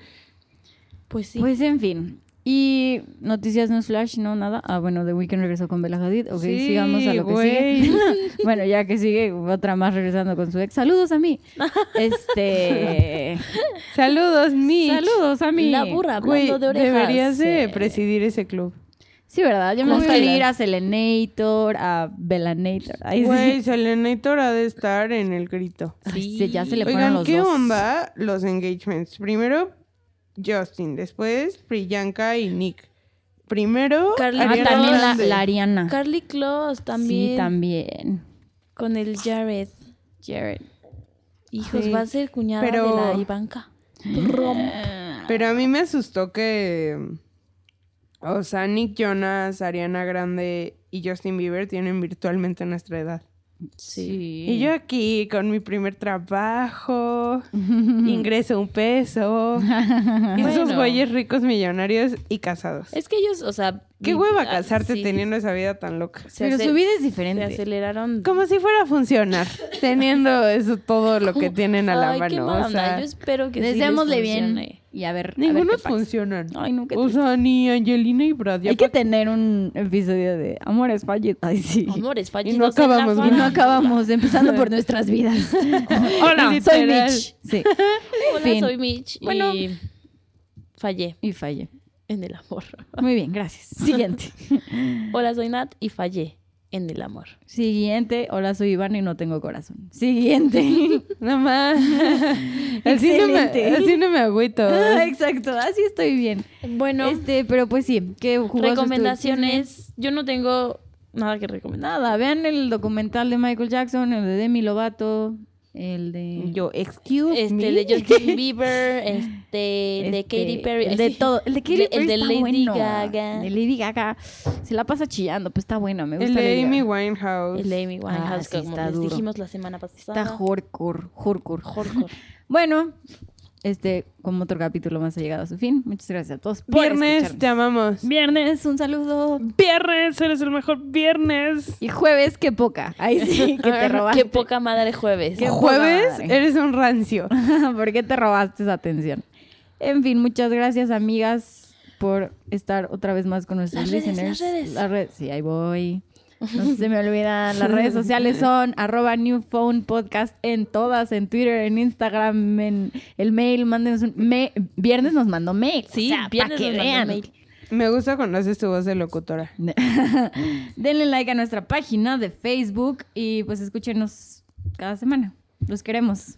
C: pues sí.
B: Pues en fin. Y noticias no es flash, no nada. Ah, bueno, The Weeknd regresó con Bella Hadid. Ok,
D: Sí,
B: sigamos a lo que sigue. <laughs> bueno, ya que sigue otra más regresando con su ex. Saludos a mí. Este.
D: <laughs> saludos, Mitch.
B: Saludos a mí.
C: La burra
D: Güey,
C: hablando de orejas.
D: deberías de
C: eh,
D: presidir ese club.
B: Sí, ¿verdad? Yo me voy a
C: Güey.
B: ir a Selenator, a Bellanator. Ahí
D: Güey,
B: sí.
D: Selenator ha de estar en el grito.
B: Ay, se- ya se le ponen
D: Oigan,
B: los
D: ¿qué
B: dos.
D: onda los engagements? Primero Justin, después Priyanka y Nick. Primero
C: Carly-
B: Ah,
D: Ariana
B: también la,
D: Grande.
B: la Ariana.
C: Carly Claus también,
B: Sí, también.
C: con el Jared.
B: Jared.
C: Hijos,
D: Sí.
C: va a ser cuñada
D: Pero-
C: de la Ivanka.
D: Pero a mí me asustó que... O sea, Nick Jonas, Ariana Grande y Justin Bieber tienen virtualmente nuestra edad.
B: Sí.
D: Y yo aquí con mi
B: <laughs>
D: primer trabajo, ingreso un peso. y esos
C: Bueno.
D: güeyes ricos, millonarios y casados.
C: Es que ellos, o sea...
D: Qué
C: vi-
D: hueva
C: ah,
D: casarte
C: sí.
D: teniendo esa vida tan loca.
C: Se
B: Pero
C: ace-
B: su vida es
C: Se
B: diferente.
C: aceleraron.
D: Como si fuera a funcionar, teniendo eso todo lo que
C: Como-
D: tienen a la
C: Ay, qué
D: mano.
C: mala
D: o
C: onda.
D: sea,
C: Yo espero que sí les
B: Deseémosle bien
C: funcione.
B: y a ver. a ver
D: ninguno
B: qué pasa.
D: funcionan.
B: Ay, no, qué
D: o sea, ni Angelina y Brad. ya
B: Hay que
D: pa-
B: tener un episodio de Amores Fallidos. Ay, sí.
C: Amores fallidos.
D: Y no
C: en la
D: acabamos,
B: Y no
C: farándula.
B: acabamos, empezando por nuestras
C: <laughs>
B: vidas. Hola, soy
D: Literal.
B: Mitch. Sí.
C: Hola,
B: Fin.
C: soy Mitch.
B: Bueno.
C: Y fallé
B: Y fallé.
C: en el amor.
B: Muy bien, gracias. Siguiente.
C: Hola, soy Nat y fallé en el amor.
B: <laughs> Siguiente. Hola, soy Iván y no tengo corazón. <laughs> Siguiente.
D: Nada más. así, no me,
B: Excelente.
D: así no me agüito.
B: Ah, <laughs> Exacto, así estoy bien.
C: Bueno,
B: Este, pero pues sí, qué jugoso estuvo el
C: recomendaciones. Yo no tengo nada que
B: chisme.
C: recomendar.
B: Nada, vean el documental de Michael Jackson, el de Demi Lovato, el de
D: Yo, excuse
C: Este,
D: me.
C: de
B: <laughs>
C: Justin Bieber, este, el de
B: Este,
C: Katy Perry.
B: El de
C: así.
B: todo. El de Katy
C: El de-
B: Perry.
C: el de
B: está
C: Lady
B: bueno.
C: Gaga.
B: De Lady Gaga. Se la pasa chillando, pues está buena. Me gusta.
D: <laughs> El de
B: Lady
D: Amy
B: Gaga.
D: Winehouse.
C: El de Amy Winehouse,
B: Ah, sí,
C: como
B: está
C: les
B: duro.
C: dijimos la semana pasada.
B: Está horror, horror.
C: Horror.
B: Bueno, este, como otro capítulo más ha llegado a su fin. Muchas gracias a todos. por
D: Viernes,
B: escucharnos.
D: te amamos.
B: Viernes, un saludo.
D: Viernes, eres el mejor viernes.
B: Y jueves, qué poca. Ahí <laughs>
C: <laughs>
B: sí, que te robaste.
C: Qué poca madre jueves.
B: Qué
D: Jueves,
B: poca madre.
D: eres un rancio.
B: <laughs> ¿Por qué te robaste esa atención? En fin, muchas gracias, amigas. por estar otra vez más con nuestros
C: Las redes,
B: listeners.
C: las redes.
B: Las redes. Sí, ahí voy. No se- se me olvidan. Las
C: <laughs>
B: redes sociales son arroba New Phone Podcast en todas, en Twitter, en Instagram, en el mail. Mándenos un me- Viernes nos mandó mail.
C: Sí,
B: o sea, para
C: viernes
B: que
C: nos mandó
B: vean.
C: mail.
D: Me gusta cuando haces tu voz de locutora.
B: <laughs> Denle like a nuestra página de Facebook y pues escúchenos cada semana. Los queremos.